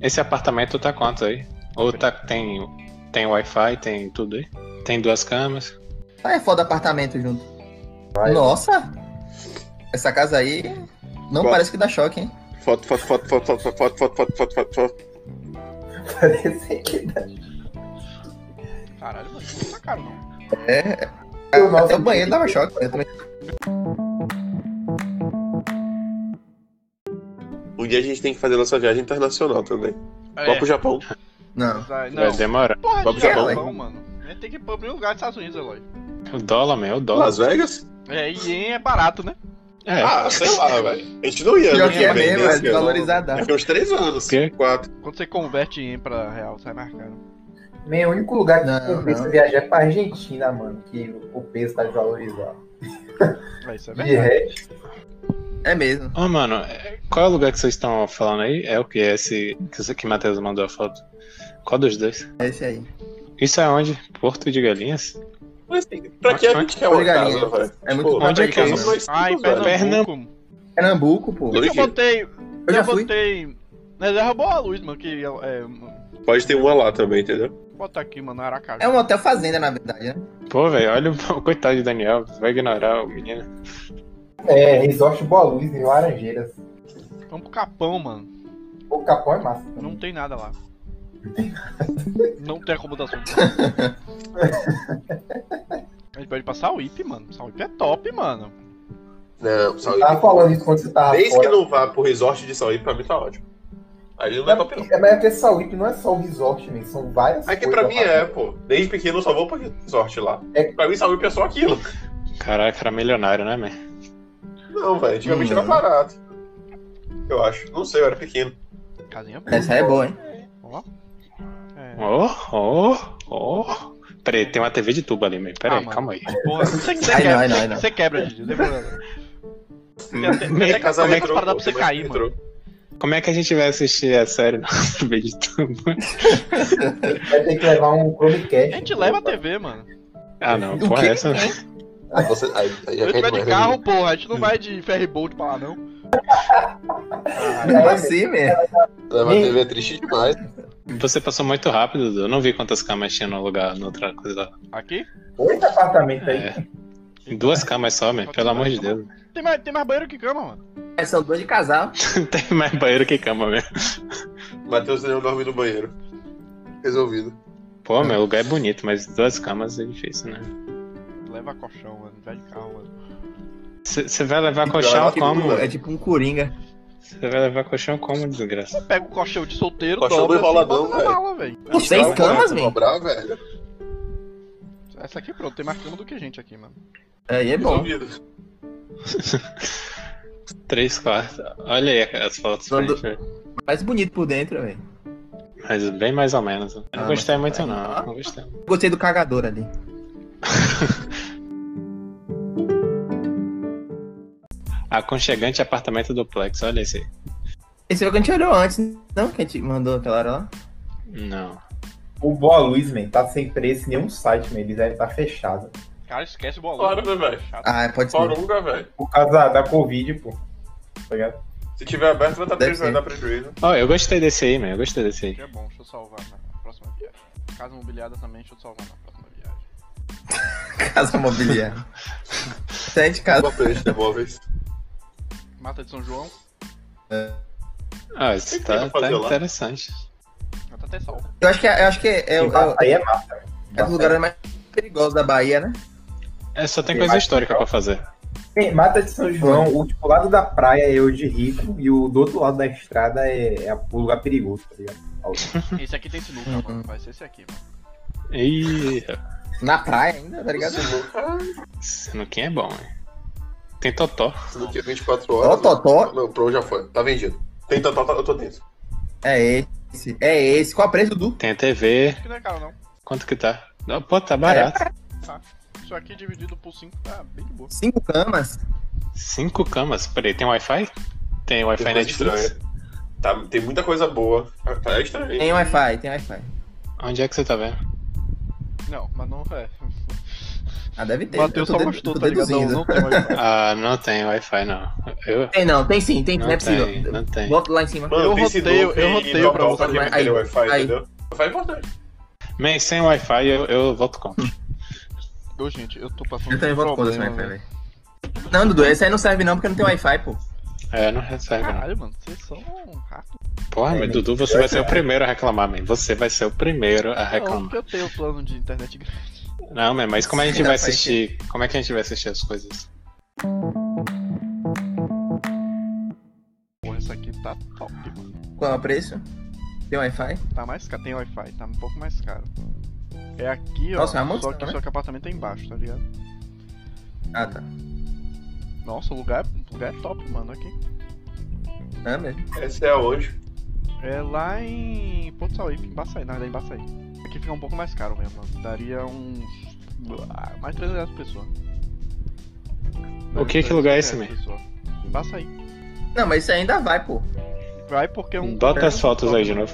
S1: Esse apartamento tá quanto aí? Ou tá, tem, tem Wi-Fi, tem tudo aí? Tem duas camas.
S3: Ah, é foda apartamento junto.
S2: Vai.
S3: Nossa! Essa casa aí não
S4: Qual?
S3: parece que dá choque, hein?
S4: Foto, foto, foto, foto, foto, foto, foto, foto, foto, foto, foto.
S2: Parece que
S5: Caralho, mano, não tá caro, não.
S2: o nosso
S3: Até o banheiro dava choque. Eu também.
S4: Um dia a gente tem que fazer nossa viagem internacional também.
S3: Ah, é.
S4: Vá pro Japão.
S3: Não.
S1: Vai demorar.
S5: Porra,
S4: Vamos
S5: de
S4: pro
S5: Japão,
S3: Japão.
S5: mano. A gente tem que ir pro primeiro lugar dos Estados Unidos, Eloy.
S1: É O dólar, meu, o dólar.
S4: Las Vegas?
S5: É, ien é barato, né?
S1: É,
S4: Ah, sei lá, velho. A gente não ia
S3: Pior
S4: ano
S3: que
S4: que
S3: é
S4: vem,
S3: mesmo,
S4: né?
S3: é
S4: esse ano.
S3: desvalorizar dá.
S4: Daqui uns três anos.
S1: Quê?
S4: Quatro.
S5: Quando você converte em pra real, sai mais caro.
S2: Man, o único lugar que
S3: Não,
S2: compensa
S3: não.
S2: viajar é pra Argentina, mano. Que o peso tá desvalorizado.
S5: É, isso é
S2: De
S5: verdade.
S2: resto,
S3: É mesmo.
S1: Ô, mano, é- qual é o lugar que vocês estão falando aí? É o que? É esse que você- que o Matheus mandou a foto? Qual dos dois?
S3: É esse aí.
S1: Isso é onde? Porto de Galinhas?
S4: Mas assim, pra que a gente quer uma
S3: Olha,
S4: casa,
S3: galinha.
S4: velho? Tipo,
S3: É muito
S4: Pô,
S3: bom
S1: onde
S3: pra
S1: é que é
S3: casa.
S1: isso?
S4: nós
S5: Ah, em
S4: cinco, velho.
S5: Pernambuco.
S3: Pernambuco, pô.
S4: Dois
S5: Eu botei.
S3: Eu já
S5: Eu
S3: fui.
S5: botei. Mas já roubou a luz, mano. Que é. é-
S4: Pode ter uma lá também, entendeu?
S5: Bota aqui, mano, Aracaju.
S3: É um hotel fazenda, na verdade, né?
S1: Pô, velho, olha o coitado de Daniel. Vai ignorar o menino.
S2: É, Resort Boa Luz em Laranjeiras.
S5: Vamos pro Capão, mano.
S2: O Capão é massa. também.
S5: Não tem nada lá. Não tem acomodação. A gente pode ir pra Sauípe, mano. Sauípe é top, mano.
S4: Não,
S2: Você
S3: Tá
S2: tava falando isso quando você tava
S4: Desde que
S2: fora.
S4: não vá pro resort de Sauípe, pra mim tá ótimo. Ali não é top, não.
S2: É, mas é porque Sauípe não é só o resort, né? São várias
S4: Aqui
S2: coisas
S4: pra mim
S2: lá.
S4: é, pô. Desde pequeno eu só vou pro resort lá.
S2: É.
S4: Pra mim, Sauípe é só aquilo.
S1: Caraca, era milionário, né, man?
S4: Não, velho. Antigamente
S3: Hum.
S4: era barato. Eu acho. Não sei, eu era pequeno.
S5: Casinha boa.
S3: Essa é boa, hein?
S5: É.
S1: Oh, oh, oh. Peraí, tem uma TV de tubo ali, man. Peraí,
S5: Ah, mano.
S1: calma aí.
S5: Porra, você, você
S3: Ai,
S5: quebra,
S3: não, ai, não,
S5: você-
S3: ai, não.
S5: você quebra, Didi, não tem problema. Tem até- tem
S1: Meio
S5: até
S4: Casa
S5: como é que
S4: retrô,
S5: pra
S4: pô,
S5: você
S4: tem mais
S5: cair,
S4: retrô.
S5: mano.
S1: Como é que a gente vai assistir a série na TV de tubo?
S2: Vai ter que levar um Chromecast.
S5: A gente leva a TV, mano. Se
S1: Ah, não,
S3: O
S1: porra,
S3: quê?
S1: essa.
S4: Ah, você- aí- aí já
S5: eu
S4: cai
S5: tiver de
S4: demais, né?
S5: carro, porra, a gente não vai de ferryboat pra lá, não.
S2: É
S3: Como assim, mesmo?
S4: Levar
S3: Hum.
S2: Ih.
S4: TV é triste demais.
S1: Você passou muito rápido, Dudu. Eu não vi quantas camas tinha no lugar, no outra coisa lá.
S5: Aqui?
S2: Oito é apartamentos aí.
S1: É. Duas camas só, man. Pelo amor de Deus.
S5: Tem mais, tem mais banheiro que cama, mano.
S3: Mas São dois de casal.
S1: Tem mais banheiro que cama mesmo.
S4: Matheus não dorme no banheiro. Resolvido.
S1: Pô, meu, o lugar é bonito, mas duas camas é difícil, né?
S5: Leva colchão, mano. Vai de carro, mano.
S1: Você vai levar colchão
S4: Que
S1: como?
S4: duro,
S3: É tipo um coringa.
S1: Você vai levar colchão como, desgraça?
S5: Pega o colchão de solteiro,
S4: Colchão
S5: dobra assim,
S4: do enroladão,
S5: bota na
S4: velho.
S5: mala, velho.
S3: Com seis
S4: Não,
S3: camas,
S4: pô,
S3: velho.
S4: Cobrar, velho.
S5: Essa aqui, pronto, tem mais cama do que gente aqui, mano.
S3: Aí é bom.
S4: Resolvido.
S1: Três quartos. Olha aí as fotos pra
S3: Quando-
S1: gente ver.
S3: Mas bonito por dentro, velho.
S1: Mas bem mais ou menos. Eu não
S3: Ah,
S1: gostei
S3: mas-
S1: muito, não. Eu Não gostei.
S3: Gostei do cagador ali.
S1: Aconchegante apartamento duplex, olha esse. aí.
S3: Esse foi o que a gente olhou antes, não? Que a gente mandou aquela hora lá.
S1: Não.
S2: O Boa Luz, man, tá sem preço em nenhum site, man. Eles devem tá estar fechados.
S5: Cara, esquece o bolão.
S4: Claro, né, velho?
S3: Ah, pode ser.
S4: Porunga, velho.
S2: Por causa da, da Covid, pô. Tá ligado?
S4: Se tiver aberto, vai dar
S3: Deve
S4: prejuízo.
S3: ser.
S4: Vai dar prejuízo.
S1: Ó, eu gostei desse aí, meu. Eu gostei desse aí.
S5: Que é bom, deixa eu salvar na próxima viagem. Casa imobiliada também, deixa eu salvar na próxima viagem.
S3: Casa é mobiliária. Sete casas.
S4: Boa peixe, devolve.
S5: Mata de São João,
S1: Ah, isso
S4: que
S1: tá,
S4: eu vou fazer
S1: tá
S4: lá?
S1: interessante.
S5: já tá até salvo.
S3: Eu acho que, é- eu acho que é, é,
S2: E
S3: o- é, o-
S2: Bataia é massa, man.
S3: é um dos lugares mais perigosos da Bahia, né?
S1: É, só tem
S2: Tem
S1: coisa
S2: mais
S1: histórica pra
S2: legal.
S1: fazer.
S2: Tem Mata de São João, o tipo, lado da praia é o de rico e o do outro lado da estrada é, é o lugar perigoso, tá ligado?
S5: Esse aqui tem sinuca, mano. Vai ser esse aqui, mano.
S1: Ih,
S3: Na praia ainda, tá ligado?
S1: sinuquinha é bom, hein? Tem totó.
S4: Tudo aqui é 24
S3: Ó,
S4: horas.
S3: Totó.
S4: Meu pro já foi. Tá vendido. Tem total, eu tô dentro.
S3: É esse. É esse. Qual o preço do?
S1: Tem a TV.
S5: Isso aqui não é caro, não.
S1: Quanto que tá? Não, Pô, tá
S4: É.
S1: barato.
S5: Isso aqui dividido por 5 tá bem de boa.
S3: Cinco camas?
S1: Cinco camas. Peraí, tem Wi-Fi? Tem
S4: Tem
S1: Wi-Fi
S4: coisa
S1: Netflix?
S4: estranha. Tá, tem muita coisa boa. Tá é estranho.
S3: Tem Wi-Fi, tem Wi-Fi.
S1: Onde é que você tá vendo?
S5: Não, mas não é.
S3: Ah, deve ter.
S5: Bateu
S3: Eu tô
S5: só
S3: dedu-
S5: gostou,
S3: tô
S5: tá ligado? Não,
S3: deduzindo.
S5: não tem mais.
S1: Ah, não tem Wi-Fi, não. Eu...
S3: Tem não, tem sim, tem, não,
S1: Não
S3: é possível.
S1: tem, não tem.
S3: Bota lá em cima.
S4: Mano,
S5: Eu
S4: tem
S5: roteio,
S4: Sinuca
S5: eu
S4: e
S5: roteio
S4: Dom
S5: pra
S4: Paulo
S5: você.
S4: que
S3: Aí,
S4: tem Wi-Fi,
S3: aí.
S4: entendeu? Wi-Fi é importante.
S1: Man, sem Wi-Fi eu, eu voto contra.
S5: Ô, gente, eu tô passando
S3: Eu também
S5: por um
S3: voto contra esse
S5: problema,
S3: Wi-Fi, velho. Não, Dudu, esse aí não serve não, porque não tem Wi-Fi, pô.
S1: É, não reserva, não.
S5: Caralho, mano, vocês são um rato.
S1: Porra, mas Dudu, você vai ser o primeiro a reclamar, man. Você vai ser o primeiro
S3: Oh.
S1: a
S5: Não,
S1: reclamar.
S5: porque eu tenho plano de internet grande.
S1: Não, man, mas como a gente
S3: Sim,
S1: vai
S3: rapaz,
S1: assistir? Como é que a gente vai assistir as coisas?
S5: Porra, essa aqui tá top, mano.
S3: Qual é o preço? Tem Wi-Fi?
S5: Tá mais caro. Tem Wi-Fi, tá um pouco mais caro. É aqui,
S3: Nossa, é
S5: ó.
S3: uma
S5: só
S3: mansão,
S5: que
S3: né?
S5: só que o apartamento é embaixo, tá ligado?
S3: Ah, tá.
S5: Nossa, o lugar, o lugar é top, mano, aqui.
S3: É mesmo.
S4: Essa é aonde?
S5: É lá em Porto Saúde, em Baçaí, na verdade, em Baçaí. Aqui fica um pouco mais caro mesmo, mano. Daria uns. ah, mais 300 reais por pessoa.
S1: O que- que lugar é esse,
S5: mesmo? Em Baçaí.
S3: Não, mas isso ainda vai, pô.
S5: Vai porque é um.
S1: Bota
S5: é
S1: as
S5: um-
S1: fotos aí de novo.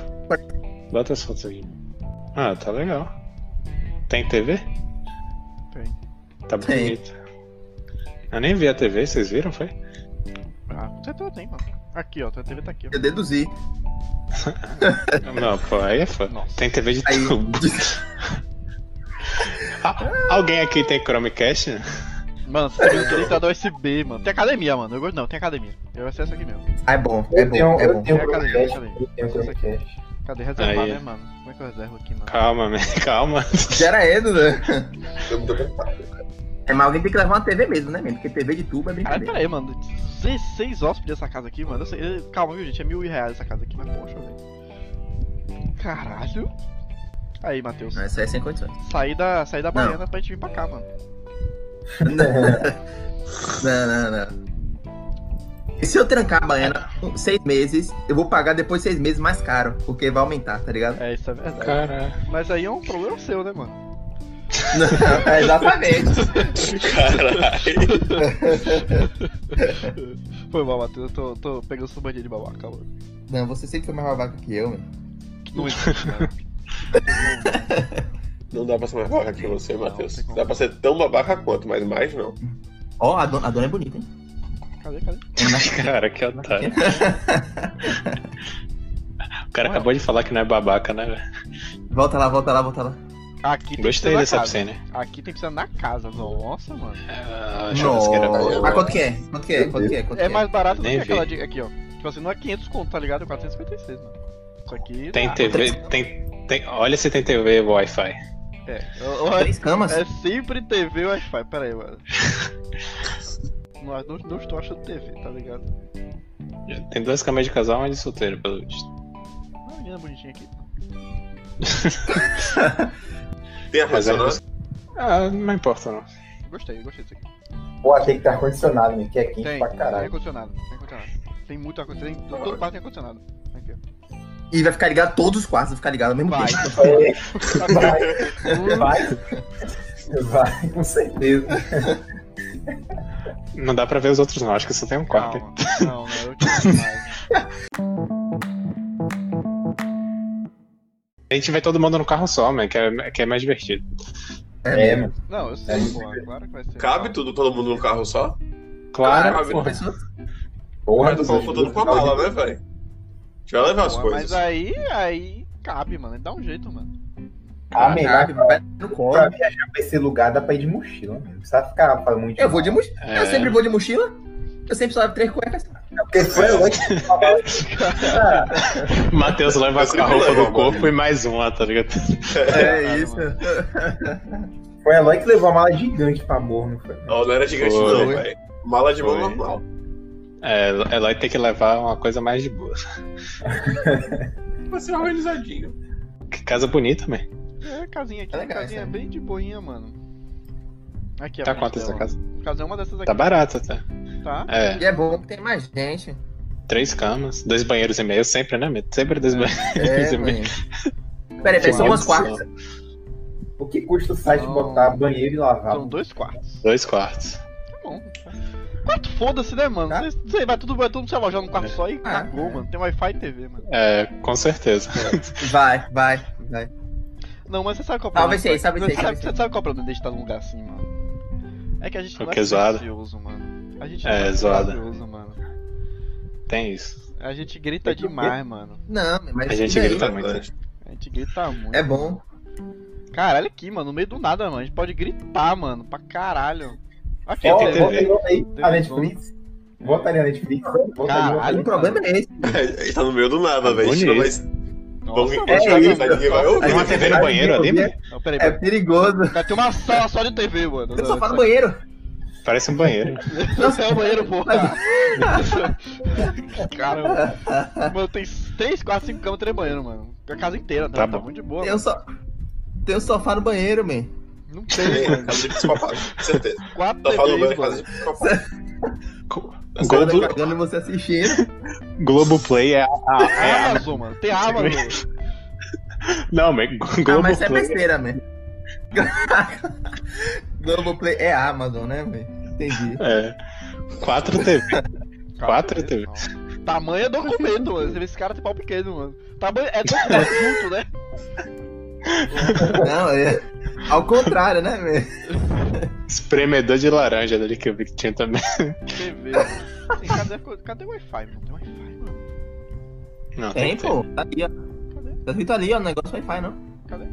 S1: Bota as fotos aí. Ah, tá legal. Tem TV?
S5: Tem.
S1: Tá
S3: Tem.
S1: bonito. Eu nem vi a TV, vocês viram, foi?
S5: Ah, com certeza tem, mano. Aqui, ó, a TV tá aqui, ó.
S3: Eu deduzi.
S1: Não, pô, aí é foda.
S5: Nossa.
S1: Tem TV de
S3: Aí.
S1: tudo. Ah, Alguém aqui tem Chromecast?
S5: Mano, você tem que limitador USB, mano. Tem academia, mano. Eu gosto não, tem academia. Eu acesso aqui mesmo.
S3: Ah, é bom, é
S2: Eu tenho,
S3: bom, é
S2: eu
S3: bom.
S2: tenho
S5: É, cadê?
S2: Chromecast,
S5: Cadê?
S2: eu tenho Chromecast.
S5: Cadê reservar,
S1: Aí.
S5: né, mano? Como é que eu reservo aqui, mano?
S1: Calma, man, calma.
S3: Gera Edo, né?
S4: Eu- eu-
S3: É, mas alguém tem que levar uma TV mesmo, né, mesmo? Porque TV de tubo é
S5: Caralho,
S3: brincadeira.
S5: peraí, mano. 16 hóspedes essa casa aqui, mano. Eu sei- Calma, viu, gente? É mil e reais essa casa aqui, mas poxa, velho. Caralho. Aí, Matheus.
S3: Não, isso aí é sem condições.
S5: Saí da, saí da
S3: Não.
S5: Baiana pra gente vir pra cá, mano.
S3: não, não, não. E se eu trancar a baiana um- seis meses, eu vou pagar depois seis meses mais caro, porque vai aumentar, tá ligado?
S5: É, isso é verdade.
S1: Cara,
S5: Mas aí é um problema seu, né, mano?
S3: Não, é, exatamente.
S4: Caralho.
S5: Foi mal, Matheus. Eu tô, tô pegando sua mania de babaca, mano.
S3: Não, você sempre foi mais babaca que eu, mano.
S5: Não existe, cara.
S4: Não dá pra ser mais babaca que você, Matheus.
S5: Não, tem como.
S4: Dá pra ser tão babaca quanto, mas mais não.
S3: Ó, a, don- a dona é bonita, hein?
S5: Cadê, cadê?
S1: cara, que otário. O cara acabou de falar que não é babaca, né? velho?
S3: Volta lá, volta lá, volta lá.
S5: Aqui tem que ser
S1: Gostei
S5: na
S1: dessa
S5: casa.
S1: piscina.
S5: Aqui tem que ser na casa. Nossa, mano.
S1: Ah, churrasqueira
S3: Nossa.
S1: boa.
S3: Mas quanto que é? Quanto que é? Quanto que é? Quanto que
S5: É mais barato do
S1: Nem
S5: que aquela
S1: vi.
S5: de. Aqui, ó. Tipo assim, não é 500 conto, tá ligado? É 456, mano. tá, Isso aqui.
S1: Tem
S5: dá.
S1: TV, tem, tem. Olha se tem TV Wi-Fi.
S5: É. Ó, ó,
S3: Três camas?
S5: É sempre TV e Wi-Fi, pera aí, mano. não, não, não estou achando TV, tá ligado?
S1: Tem duas camas de casal, uma de solteiro, pelo visto.
S5: Uma Ah, menina bonitinha aqui.
S4: Tem
S1: Mas é-
S4: ar-condicionado?
S1: Ah, não importa não.
S5: Gostei, gostei disso aqui.
S2: Pô, tem que ter ar-condicionado, meu, que é quente
S5: Tem, tem
S2: pra caralho.
S5: ar-condicionado, tem ar-condicionado. Tem muito ar-condicionado, tem- todo quarto tem ar-condicionado. Aqui, ó.
S3: E vai ficar ligado todos os quartos, vai ficar ligado ao mesmo
S5: Vai.
S3: tempo.
S2: Vai, vai. Vai, com certeza.
S1: Não dá pra ver os outros não, acho que só tem um quarto.
S5: Calma, não, não, eu te mais.
S1: A gente vai todo mundo no carro só, man, que é, que é mais divertido.
S2: É,
S3: mesmo.
S2: mano.
S5: Não, eu sei, pô, claro que vai ser.
S4: Cabe tudo, todo mundo no carro só?
S1: Claro,
S4: Cabe.
S1: porra.
S3: Pessoa-
S2: Porra,
S4: Mas tava faltando com a mala, né, velho? Deixa eu levar as
S5: Pô,
S4: coisas.
S5: Mas aí, aí cabe, mano. Dá um jeito, mano.
S2: Ah, melhor
S3: Cabe, é vai no colo.
S2: pra viajar pra esse lugar dá pra ir de mochila, mano. Não precisa ficar falando muito.
S3: Eu vou de mochila.
S1: É.
S3: Eu sempre vou de mochila. Eu sempre só levo três cuecas.
S2: Porque foi longe. Ah,
S1: Matheus leva
S4: Eu sempre
S1: a roupa
S4: levo,
S1: do corpo e mais um lá, tá ligado?
S5: É isso.
S2: Foi a Eloy que levou a mala gigante pra morro, não foi?
S4: Não, não era gigante,
S1: Foi.
S4: não, velho. Mala de mão
S1: Foi.
S4: normal.
S1: É, Eloy tem que levar uma coisa mais de boa.
S4: Pra ser organizadinho.
S1: Que casa bonita, man.
S5: É, casinha aqui,
S3: É legal
S5: casinha
S3: essa, né?
S5: bem de boinha, mano. Aqui, ó.
S1: Tá
S5: pra
S1: quanto
S5: gente
S1: essa
S5: ver,
S1: casa?
S5: ó. Casa é uma dessas aqui,
S1: Tá barata, tá?
S5: tá?
S1: É,
S3: E é bom que tem mais gente.
S1: três camas, dois banheiros e meio, sempre, né, man? Sempre dois banheiros
S3: É,
S1: e meio.
S3: mãe. Peraí, peraí, são umas
S1: Maldição.
S3: quartas.
S2: O que custa o site
S5: Não.
S2: botar banheiro e
S1: Tá
S2: lavar?
S5: São dois quartos.
S1: Dois quartos.
S5: Tá bom. Quarto foda-se, né, mano?
S3: Tá.
S5: Você vai tudo, vai tudo se alojar num quarto só e cagou,
S3: é.
S5: mano. Tem Wi-Fi e TV, mano.
S1: É, com certeza.
S3: Vai, vai, vai.
S5: Não, mas você sabe qual é o
S3: Talvez
S5: problema?
S3: seja, talvez seja,
S5: Você sabe,
S3: talvez
S5: você sabe qual é o problema de estar num lugar assim, mano? É que a gente não
S1: Porque
S5: é
S1: é zoado.
S5: silencioso, mano. A gente não
S1: É, zoado.
S5: silencioso, mano.
S1: Tem isso.
S5: A gente
S3: É
S5: grita demais, mano.
S3: Não, mas.
S1: A gente
S3: e aí?
S1: grita muito.
S4: Verdade.
S5: A gente grita muito.
S3: É bom.
S5: Caralho, aqui, mano, no meio do nada, mano. A gente pode gritar, mano, pra caralho. Aqui,
S1: Tem
S2: Ó,
S5: ó,
S1: Então, que ter
S2: volta
S1: TV.
S2: aí, volta aí. A
S5: Tem
S2: Netflix. Volta ali a Netflix. Volta aí, volta
S5: Caralho,
S2: ali.
S3: O problema é esse.
S4: Ele tá no meio do nada, velho.
S1: Bonito.
S4: Não vai vamos
S5: Nossa,
S4: encontrar
S5: mano.
S2: isso.
S4: nada, ninguém vai
S1: Tem uma
S4: ouvir.
S1: TV no banheiro ali, mano?
S5: Não, peraí,
S3: É
S5: peraí.
S3: perigoso.
S5: Vai ter uma sala só de TV, mano.
S3: Eu só
S5: Não,
S3: falo banheiro.
S1: Parece um banheiro.
S5: Não é o banheiro, porra. Caramba. Mano, tem 3, 4, 5 camas, 3 banheiros, mano. A casa inteira, tá?
S1: Tá
S5: Tá
S1: bom.
S5: muito de boa.
S3: Tem um
S5: mano.
S3: só. Tem um sofá no banheiro, man.
S5: Não
S4: É,
S5: tem,
S4: casa
S5: mano.
S4: de psicopata, com certeza. Tá
S1: Tá
S5: 4
S4: Só fala
S5: TVs,
S4: banho,
S5: mano.
S4: casa de psicopata.
S1: Go-
S3: Só
S1: Globo,
S3: tá cagando e você assistindo.
S1: Globoplay é a. é
S5: Tem
S1: a-
S5: Ah, Amazon, mano. Tem Amazon.
S1: não, mas
S3: Ah, mas isso é
S1: Globoplay.
S3: besteira, man. Globoplay é Amazon, né, man? Entendi.
S1: É. Quatro TV. Quatro
S5: Cara,
S1: TV.
S5: não. Tamanho é documento, mano. Você vê esse cara tem pau pequeno, mano. Tamanho é documento junto, né?
S3: Não, é. Ao contrário, né, man?
S1: Espremedor de laranja dali que eu vi que tinha também.
S5: TV. Tem- Cadê, co- cadê o Wi-Fi, mano? Tem Wi-Fi, mano?
S1: Não,
S3: Tem,
S1: tem,
S3: pô. Tá ali, ó.
S5: Cadê?
S3: Gratuito ali, ó. O negócio Wi-Fi, não.
S5: Cadê?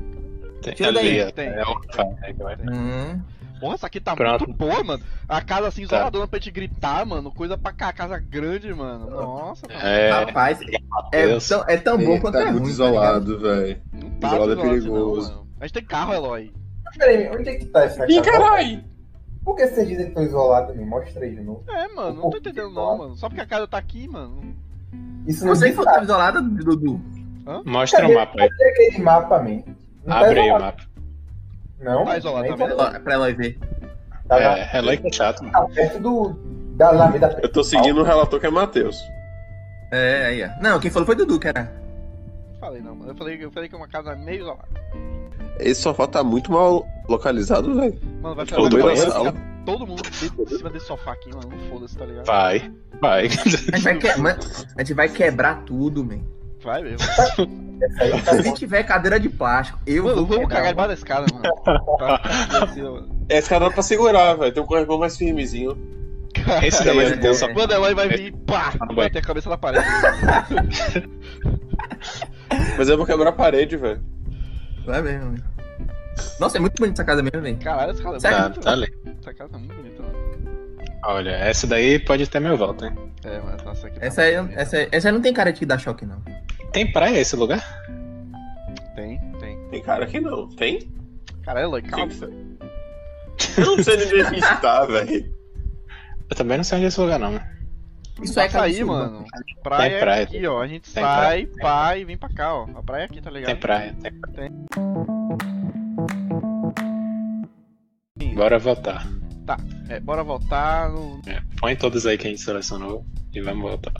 S1: Tem,
S3: Tira
S1: ali,
S3: daí.
S1: ó,
S5: Tem.
S1: é o Wi-Fi, né, que vai-
S3: Hum.
S4: É.
S5: Porra, essa aqui tá
S1: Pronto.
S5: muito boa, mano. A casa assim,
S1: Tá.
S5: isoladona pra gente gritar, mano. Coisa pra cá, casa grande, mano. Nossa, tá mano.
S1: É,
S3: Ah, Rapaz, é, é,
S1: Deus.
S3: tão, é tão bom quanto
S4: tá
S3: é
S4: muito
S3: ruim.
S4: isolado, velho.
S5: Não tá
S4: Isolado é
S5: isolado assim,
S4: perigoso.
S5: Não, mano. A gente tem carro, Eloy.
S2: Peraí, onde é que tá essa casa? Por que vocês dizem que estão isolados? Me mostra aí de novo.
S5: É, mano, não tô entendendo não, mano. Só porque a casa tá aqui, mano.
S2: Isso não
S3: Você
S2: diz
S3: que falou
S2: nada.
S3: isolado, Dudu.
S1: mostra o mapa aí.
S2: Cadê aquele mapa, man? Não tá
S1: Abre aí o
S2: isolado.
S1: mapa.
S2: Não,
S5: Tá isolado,
S2: nem
S5: tá
S2: tá,
S3: Ó, Pra Eloy ver.
S2: tá, na-
S1: É, é lá que é chato. mano.
S2: tá perto do, da tá lâmina.
S4: Eu tô seguindo o relator que é Matheus.
S3: É, aí, ó. Não, quem falou foi Dudu, cara.
S5: Não falei não, mano. Eu falei, eu falei que é uma casa meio isolada.
S4: Esse sofá tá muito mal localizado, velho.
S5: Mano, vai
S4: Pô,
S5: falar
S4: dois na
S5: vai
S4: sala.
S5: ficar todo mundo dentro em cima desse sofá aqui, mano. Não foda-se, tá ligado?
S1: Vai, vai.
S3: A gente vai, que... mano, a gente vai quebrar tudo, man.
S5: Vai mesmo.
S2: Essa aí tá
S3: Se tiver cadeira de plástico, eu
S5: Mano,
S3: vou
S5: vamos
S3: quebrar.
S5: cagar debaixo da escada, mano. Pra ficar assim, mano.
S4: Esse cara dá pra segurar, velho. Tem um corrimão mais firmezinho.
S1: Esse daí
S3: Mas
S1: é o
S3: é-
S1: sofá.
S5: Mano, Tá Eloy vai vir e pá! Tá
S1: no
S5: Bater a cabeça na parede.
S4: Mas eu vou quebrar a parede, velho.
S3: Vai mesmo, man. Nossa, é muito bonita essa casa mesmo, man.
S5: Caralho, essa casa é
S1: Tá,
S5: muito
S1: tá ali.
S5: Essa casa é muito bonita, mano.
S1: Olha, essa daí pode ter meu voto, hein?
S5: É, mas nossa, aqui tá
S3: Essa aí,
S5: muito bonita.
S3: essa, aí- essa aí não tem cara de que dá choque, não.
S1: Tem praia esse lugar?
S5: Tem, tem.
S4: Tem cara que não. Tem?
S5: Caralho, Eloy, calma.
S4: Tem que ser. Eu não sei onde a gente tá, velho.
S1: Eu também não sei onde é esse lugar, não. né?
S3: Isso
S5: Tá Pra
S3: é casa de
S5: sair,
S3: surdo,
S5: mano. Praia,
S1: Tem praia.
S5: é aqui, ó. A gente
S1: Tem
S5: sai, pá, e vem pra cá, ó. A praia é aqui, tá ligado?
S1: Tem praia, tem praia. Bora votar.
S5: É, bora voltar no.
S1: Põe todos aí que a gente selecionou e vamos votar.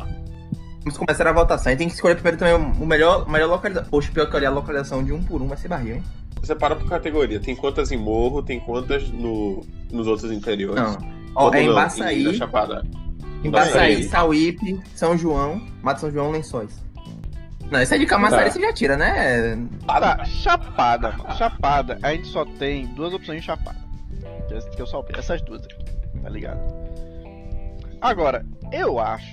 S3: Vamos começar a votação. A gente tem que escolher primeiro também o melhor, o melhor localização. Poxa, pior que olhar a localização de um por um vai ser barril, hein?
S4: Você para por categoria. Tem quantas em morro, tem quantas no, nos outros interiores.
S3: Não. Ó,
S4: Ou
S3: é em
S4: não,
S3: Baçaí,
S4: na Chapada.
S3: em Baçaí,
S4: Baçaí.
S3: Sauípe, São João, Mato São João, Lençóis. Não, esse é de Camaçari,
S1: Tá.
S3: você já tira, né?
S5: Tá, chapada, mano. Chapada. A gente só tem duas opções de chapada. Que é- Que eu salvei. Essas duas aqui, tá ligado? Agora, eu acho.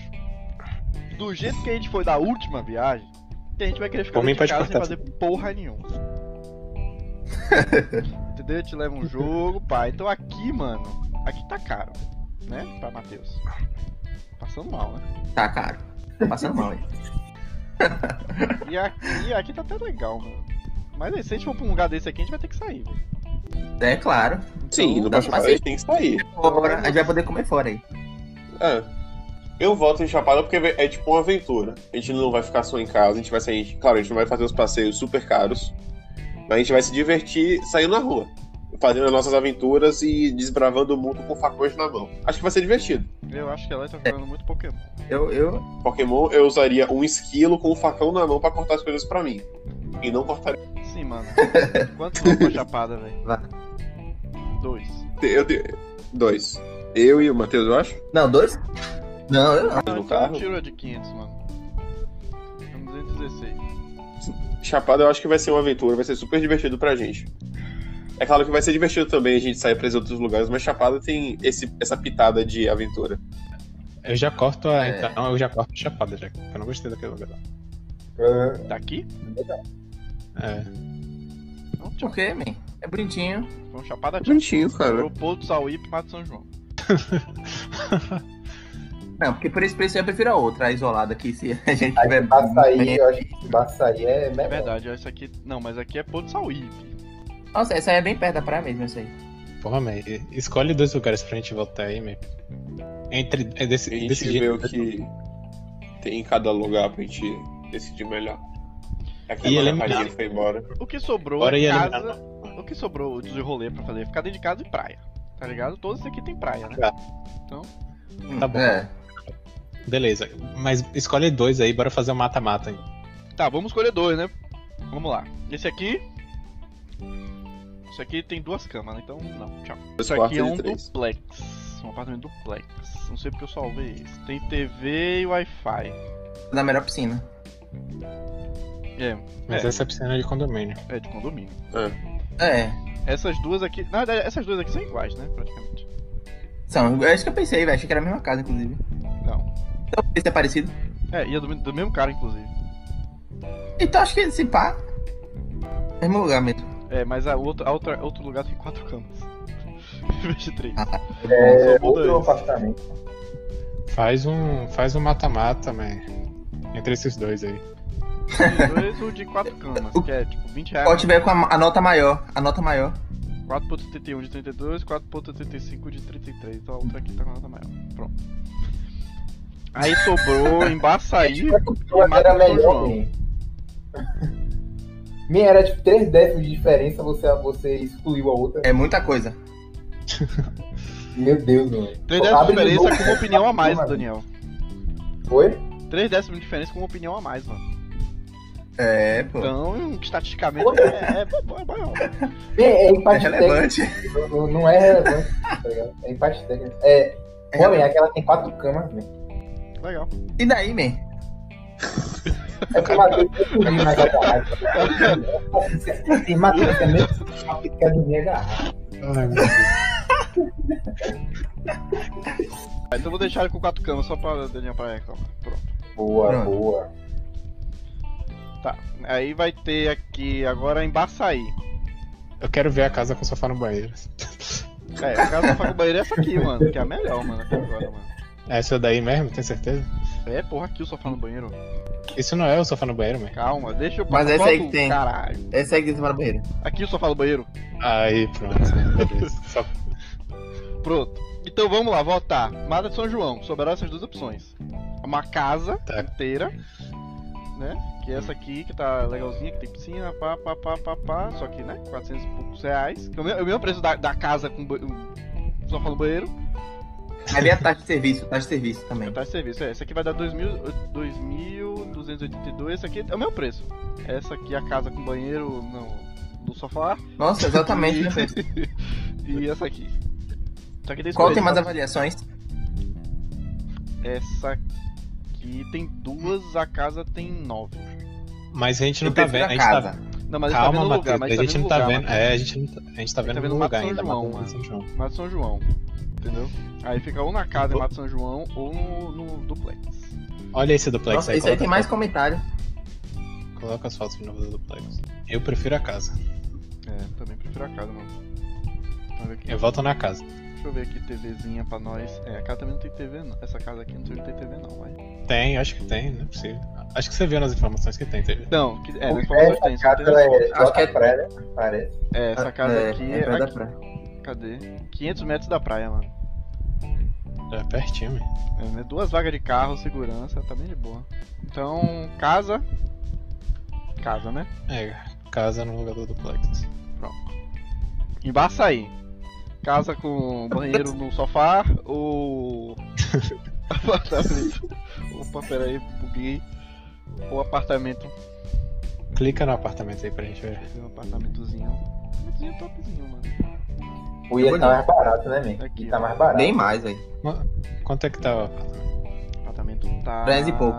S5: Do jeito que a gente foi da última viagem, que a gente vai querer ficar
S1: Por mim,
S5: dentro de
S1: pode
S5: casa
S1: cortar.
S5: sem fazer porra nenhuma. Entendeu? Eu te leva um jogo, pá. Então aqui, mano, aqui tá caro, né? Pra Matheus. Passando mal, né?
S3: Tá, caro. Tô passando mal, hein?
S5: E aqui, aqui tá até legal, mano. Mas aí, se a gente for pra um lugar desse aqui, a gente vai ter que sair, velho.
S3: É claro.
S4: Sim, no
S3: dá pra
S4: Baixo Pará
S3: fazer.
S4: tem que sair.
S3: Agora a gente vai poder comer fora aí.
S4: É. Eu voto em Chapada porque é tipo uma aventura. A gente não vai ficar só em casa, a gente vai sair. Claro, a gente não vai fazer os passeios super caros, mas a gente vai se divertir saindo na rua, fazendo as nossas aventuras e desbravando o mundo com facões na mão. Acho que vai ser divertido.
S5: Eu acho que ela tá jogando muito Pokémon.
S3: Eu, eu...
S4: Pokémon, eu usaria um esquilo com um facão na mão pra cortar as coisas pra mim. E não cortaria.
S5: Sim, mano. Quantos vão pra chapada, velho?
S3: Vai.
S5: Dois.
S4: Eu te- Dois. Eu e o Matheus, eu acho.
S3: Não, dois? Não, eu não.
S5: Não,
S4: No
S5: então
S4: carro?
S5: não tirou de 500, mano. É um 216.
S4: Chapada eu acho que vai ser uma aventura, vai ser super divertido pra gente. É claro que vai ser divertido também a gente sair pra esses outros lugares, mas Chapada tem esse, essa pitada de aventura.
S1: Eu já corto a.
S3: É.
S1: Então, eu já corto a chapada, já. Eu não gostei daquele lugar.
S2: Ah,
S5: Daqui?
S1: É.
S5: Não, tchau.
S3: Por quê, man? É bonitinho.
S5: Vamos chapada, tchau.
S4: É Bonitinho, cara.
S5: Pro Porto Sauípe, Mato São João.
S3: Não, porque por esse preço eu prefiro a outra, a isolada, que se a gente
S2: aí
S3: tiver...
S2: Baçaí, eu acho que Baçaí é
S5: É
S2: melhor.
S5: verdade, ó, isso aqui. Não, mas aqui é Porto Sauípe.
S3: Nossa, essa aí é bem perto da praia mesmo, essa aí.
S1: Porra, man. e- Escolhe dois lugares pra gente votar aí, man. Entre. É desse,
S4: A gente
S1: desse
S4: vê
S1: jeito.
S4: o que tem em cada lugar pra gente decidir melhor.
S1: E é
S4: É Aquela
S1: eliminar.
S4: Maria foi embora.
S5: O que sobrou
S1: Bora
S5: é
S1: ir
S5: casa.
S1: eliminar.
S5: O que sobrou de rolê pra fazer? é Ficar dentro de casa e praia. Tá ligado? Todos aqui tem praia, né?
S1: Tá bom.
S3: É.
S1: Beleza. Mas escolhe dois aí, bora fazer um mata-mata. aí.
S5: Tá, vamos escolher dois, né? Vamos lá. Esse aqui. Esse aqui tem duas camas, né? Então, não, tchau.
S4: Dois
S5: Isso aqui
S4: quartos
S5: é
S4: e
S5: um
S4: três.
S5: duplex. Um apartamento duplex. Não sei porque eu salvei esse. Tem TV e Wi-Fi.
S3: Na melhor piscina.
S5: É,
S1: Mas
S5: É.
S1: essa é a é piscina de condomínio.
S5: é de condomínio.
S3: É.
S5: Essas duas aqui. Na verdade, essas duas aqui são iguais, né? Praticamente.
S3: São, é isso que eu pensei, velho. Achei que era a mesma casa, inclusive.
S5: Não.
S3: Então, esse é parecido.
S5: É, e é do, me- do mesmo cara, inclusive.
S3: Então acho que esse pá. Mesmo lugar mesmo.
S5: É, mas a outra, a outra outro lugar tem quatro camas. Em vez de três. Então,
S3: Ah,
S2: É,
S5: Só muda
S2: outro
S5: isso.
S2: apartamento.
S1: Faz um faz um mata-mata, man. Entre esses dois aí.
S5: Tem dois ou de quatro camas, que é tipo 20 reais.
S3: Qual tiver com a, a nota maior? A nota maior.
S5: 4.31 de 32, 4.35 de 33. Então a outra aqui tá com a nota maior. Pronto. Aí sobrou embaçaí.
S2: Tipo, é Era
S5: Mato
S2: melhor.
S5: João.
S2: Minha. minha era tipo 3 décimos de diferença, você, você excluiu a outra.
S3: É muita coisa.
S2: Meu Deus, mano.
S5: 3 décimos de
S2: Abre de
S5: diferença
S2: novo.
S5: com uma opinião a mais,
S2: Mano.
S5: Daniel.
S2: Foi?
S5: 3 décimos de diferença com uma opinião a mais, mano.
S3: É, pô.
S5: Então, estatisticamente, é, é, é, bom, é bom.
S2: Bem, é
S3: É
S2: empate técnico.
S3: relevante.
S2: Não, não- não é relevante, tá ligado? É empate técnico. É,
S3: É
S2: pô,
S3: relevante.
S2: é que ela tem quatro camas, velho.
S5: Legal.
S3: E daí, man?
S2: É que o Matheus quer dormir na garrafa. Tem Matheus que é mesmo chato que quer dormir na garrafa.
S5: Tá, Então eu vou deixar ele com quatro camas só pra Daniel pra reclamar. Pronto.
S2: Boa,
S3: Pronto.
S2: boa.
S5: Tá. Aí vai ter aqui agora embaçaí.
S1: Eu quero ver a casa com sofá no banheiro.
S5: É, a casa do banheiro é essa aqui, mano. Que é a melhor, mano, até agora, mano.
S1: É Essa daí mesmo, tem certeza?
S5: É, porra, aqui o sofá no banheiro.
S1: Isso não é o sofá no banheiro, man.
S5: Calma, deixa eu
S3: Mas essa aí que tem.
S5: Caralho.
S3: Essa é que você fala pra ele.
S5: Aqui o sofá no banheiro.
S1: Aí, pronto. Beleza. Só-
S5: Pronto. Então vamos lá, votar. Mata de São João. Sobraram essas duas opções. Uma casa
S1: Tá.
S5: inteira, né? Que é essa aqui, que tá legalzinha, que tem piscina, pá, pá, pá, pá, pá. Só que, né? 400 e poucos reais. Que é o me- é o mesmo preço da, da casa com ba- um sofá no banheiro.
S3: Ali é a taxa de serviço, taxa de serviço também.
S5: Tá de serviço. É, essa aqui vai dar 2.000, 2.282. Essa aqui é o mesmo preço. Essa aqui é a casa com banheiro no, no sofá.
S3: Nossa, exatamente. né, Fred?
S5: E essa aqui. Só que tem
S3: Qual
S5: escolha,
S3: tem mais
S5: tá?
S3: avaliações?
S5: Essa aqui tem duas, a casa tem nove.
S1: Mas a gente não
S3: Eu
S1: tá
S3: prefiro
S1: vendo. A
S3: a
S1: gente tá
S3: casa.
S5: Não, mas a gente tá
S1: Calma,
S5: vendo o lugar,
S1: Matheus.
S5: mas
S1: A gente não tá
S5: lugar,
S1: vendo. É, a gente não tá- a gente tá
S5: A gente tá
S1: vendo
S5: vendo
S1: no
S5: Mato
S1: lugar
S5: São
S1: ainda.
S5: João,
S1: Mato
S5: mano.
S1: São João.
S5: Mato São João, entendeu? Aí fica ou na casa em Mato São João ou no, no duplex.
S1: Olha esse duplex
S3: Nossa,
S1: aí.
S3: isso aí
S1: coloca-
S3: tem mais comentário.
S1: Coloca as fotos de novo do duplex. Eu prefiro a casa.
S5: É, também prefiro a casa, mano. Deixa eu ver aqui.
S1: Eu volto na casa.
S5: Deixa eu ver aqui TVzinha pra nós. É, a casa também não tem TV, não. Essa casa aqui não sei se tem TV, não. Mas...
S1: Tem, acho que tem, não é possível. Acho que você viu nas informações que tem, teve.
S5: Não, que, é,
S2: O
S5: nas
S2: pé,
S5: fotos tem,
S2: a
S5: só tem
S2: casa
S5: nas
S2: é
S5: fotos.
S3: Acho que é-
S2: Jota Praia, né? Parece.
S5: É, essa casa
S3: é,
S5: aqui
S3: é
S5: é.
S3: perto da
S5: aqui-
S3: praia.
S5: Cadê? 500 metros da praia, mano.
S1: É pertinho, man.
S5: É, né? Duas vagas de carro, segurança, tá bem de boa. Então, casa. Casa, né?
S1: É, casa no lugar do duplex.
S5: Embaçaí. Casa com banheiro no sofá ou. apartamento. Opa, peraí, buguei. Ou apartamento.
S1: Clica no apartamento aí pra gente ver.
S5: Tem um apartamentozinho. Apartamentozinho topzinho, mano.
S2: O Ia tá mais barato, né, men?
S5: Aqui,
S2: Aqui, tá
S5: ó.
S2: mais barato.
S3: Bem mais, velho.
S1: Quanto é que tá o apartamento?
S5: O apartamento tá.
S3: 300 e pouco.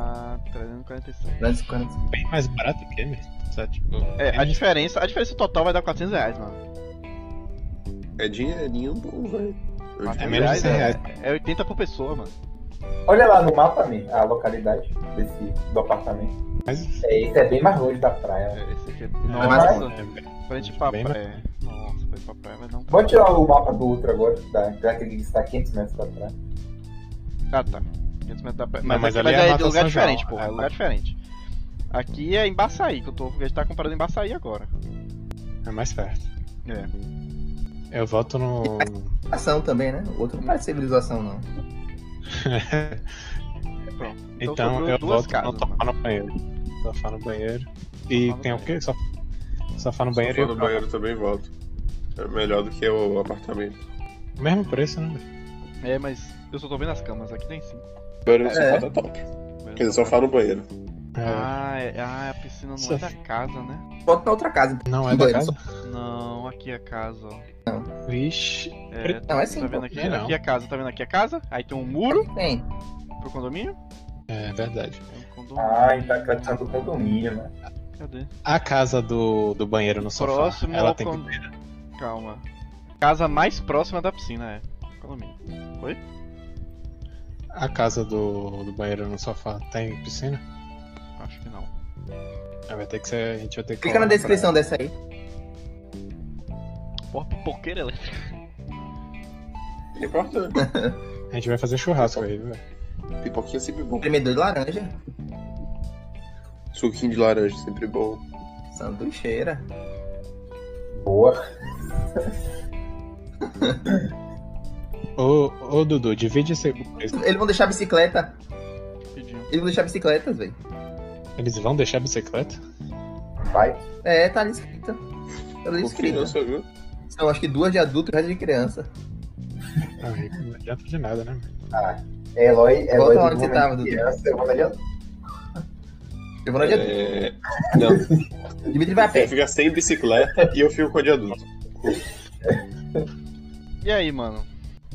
S5: 347.
S3: 250.
S1: Bem mais barato que ele. Só, tipo,
S5: É, a diferença, a diferença total vai dar 400 reais, mano.
S4: É dinheirinho bom, velho. Eu
S5: Ah,
S4: digo,
S1: é menos de 100 reais.
S5: É 80 por pessoa, mano.
S2: Olha lá no mapa, men, a localidade desse, do apartamento.
S1: Mas-
S2: É, esse é bem mais longe da praia.
S5: É, esse aqui é.
S1: Não,
S5: Nossa.
S1: é,
S5: Frente pra
S1: Bem
S5: praia. Nossa, foi pra praia, um mas não.
S2: Vamos tirar o mapa do outro agora, da, daquele que está 500 metros da praia.
S5: Ah, tá. 500 metros da praia.
S1: Não,
S5: Mas,
S1: mas
S5: aqui-
S1: ali
S5: mas
S1: é
S5: é,
S1: Mata
S5: lugar
S1: São João,
S5: diferente, pô.
S1: é
S5: É lugar diferente. Aqui é em Baçaí, que eu tô. A gente tá comparando em Baçaí agora.
S1: é mais perto.
S5: É.
S1: Eu volto no.
S3: Ação também, né? O outro não parece civilização, não.
S5: Pronto. Então,
S1: então
S5: sobrou
S1: eu
S5: duas
S1: volto
S5: casas,
S1: no sofá no banheiro. Sofá no banheiro. E
S5: Sofá no
S1: tem o quê? Sofá, sofá no
S4: Se eu
S1: um banheiro
S4: for
S1: e
S4: no
S1: o
S4: banheiro também volto. É melhor do que o apartamento.
S1: Mesmo preço, né?
S5: É, mas eu só tô vendo as camas, aqui tem cinco. né?
S4: Banheiro no
S3: É.
S4: sofá tá top. Quer dizer, sofá no banheiro.
S1: É,
S5: Ah, é, ah, a piscina não é
S1: Sofá.
S5: da casa, né?
S3: Volta pra outra casa.
S1: não é da
S3: Banheiro,
S1: casa?
S5: Não, aqui é a casa, ó.
S1: Vixe.
S5: É,
S3: Não, é sim,
S5: Tá
S3: pô.
S5: vendo aqui?
S1: Não é não.
S5: Aqui é a casa, tá vendo aqui a casa? Aí tem um muro
S3: Tem.
S1: Tá
S5: pro condomínio.
S1: É verdade.
S5: É um condomínio.
S2: Ah, então a tradição do condomínio, né?
S5: Cadê?
S1: A casa do, do banheiro no sofá.
S5: Próximo
S1: ela
S5: ao
S1: tem
S5: con- Calma. Casa mais próxima da piscina, é. Calma aí.
S1: A casa do, do banheiro no sofá tem piscina?
S5: Acho que não.
S1: Aí Vai ter que ser. A gente vai ter que.
S3: Clica na
S1: colar pra-
S3: descrição dessa aí.
S5: Porra, pipoqueira né? elétrica.
S4: É Importante.
S1: A gente vai fazer churrasco aí, velho.
S4: Pipoquinha é sempre bom.
S3: Um Tremedor de laranja.
S4: Suquinho de laranja, sempre bom.
S3: Sanduicheira.
S2: Boa.
S1: Ô, ô Dudu, divide esse. eles-
S3: Eles vão deixar a bicicleta.
S5: Rapidinho.
S3: Eles vão deixar bicicletas, velho.
S1: Eles vão deixar a bicicleta?
S2: Vai.
S3: É, tá ali escrita. Tá ali
S4: Não,
S3: escrita.
S4: você viu?
S3: São acho que duas de adulto e o resto de criança.
S1: Não, Ah, aí não adianta de nada, né? mano?
S2: É Eloy, Eloy
S3: Volta onde você
S2: momento
S3: tava, Dudu.
S2: criança, eu vou ali-
S3: Eu vou na de adulto.
S4: É... Não,
S3: Dimitri vai a
S4: você
S3: pé.
S4: fica sem bicicleta e eu fico com a de adulto.
S5: E aí, mano?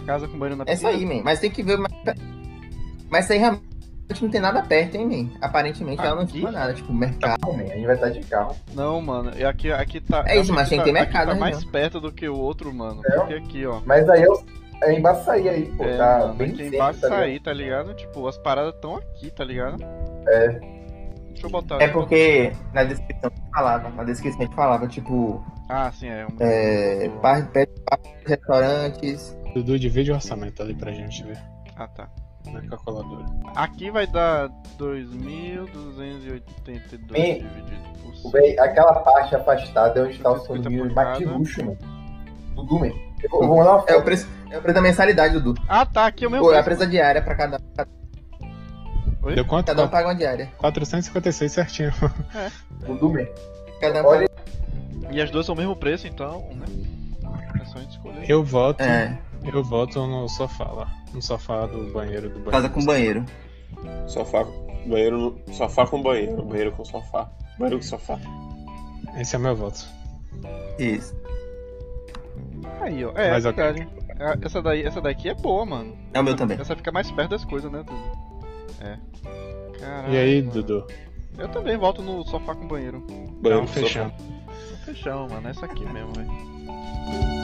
S5: Casa com banheiro na
S3: É isso
S5: piscina.
S3: aí, man. Mas tem que ver mais. Mas isso aí realmente não tem nada perto, hein, man. Aparentemente ela não
S5: Aqui?
S3: tinha nada, tipo, mercado.
S2: Calma, man, a gente vai estar de carro.
S5: Não, mano. E aqui, aqui tá.
S3: É isso,
S5: acho
S3: mas tem que ter
S5: tá- aqui
S3: mercado,
S5: Tá
S3: né,
S5: mais
S3: então?
S5: perto do que o outro, mano.
S2: É?
S5: Porque aqui, ó.
S2: Mas aí eu, é em Baçaí aí, pô.
S5: é,
S2: tá
S5: mano,
S2: bem
S5: aqui
S2: cedo,
S5: embaixo
S2: tá ligado?
S5: sair, tá ligado? Tipo, as paradas estão aqui, tá ligado?
S2: É.
S5: Deixa eu botar.
S3: É porque na descrição a gente falava, na descrição a gente falava, tipo,
S5: Ah, sim, é. Um...
S3: é, bar, bar- restaurantes.
S1: Dudu, divide o orçamento ali pra gente ver
S5: Ah, tá.
S1: na calculadora.
S5: Aqui vai dar 2.282
S2: Bem,
S5: dividido por
S2: Véi, aquela parte afastada é onde tá o
S5: 50
S2: sonho
S5: polegadas.
S2: de luxo, mano. Dudu, man. Eu vou eu vou mandar uma
S3: É o
S2: foto.
S3: preço, é o preço da mensalidade, Dudu.
S5: Ah, tá, aqui é o meu.
S3: Pô, é a
S5: preço.
S3: presa diária pra cada um.
S5: Oi?
S1: Deu quanto?
S3: Cada um paga uma diária.
S1: 456 certinho.
S2: Dudu, man.
S3: Cada um paga...
S2: Olha,
S5: E as duas são o mesmo preço, então, né? É só a gente escolher.
S1: Eu voto.
S3: É,
S1: Eu voto no sofá lá. No sofá do banheiro do banheiro.
S3: casa com banheiro.
S4: Sofá, banheiro, no- sofá com banheiro, banheiro com sofá, banheiro com sofá.
S1: Esse é meu voto.
S3: Isso.
S5: Aí, ó. É,
S1: Mas
S5: é
S1: ok.
S5: verdade. É, Essa, daí, essa daqui é boa, mano.
S3: É o meu também.
S5: Essa fica mais perto das coisas, né, Dudu? É. Caralho.
S1: e aí,
S5: mano.
S1: Dudu?
S5: Eu também volto no sofá com banheiro.
S4: Banheiro
S1: Então,
S4: com sofá.
S1: fechando.
S5: Fechão, mano. Essa aqui mesmo, velho.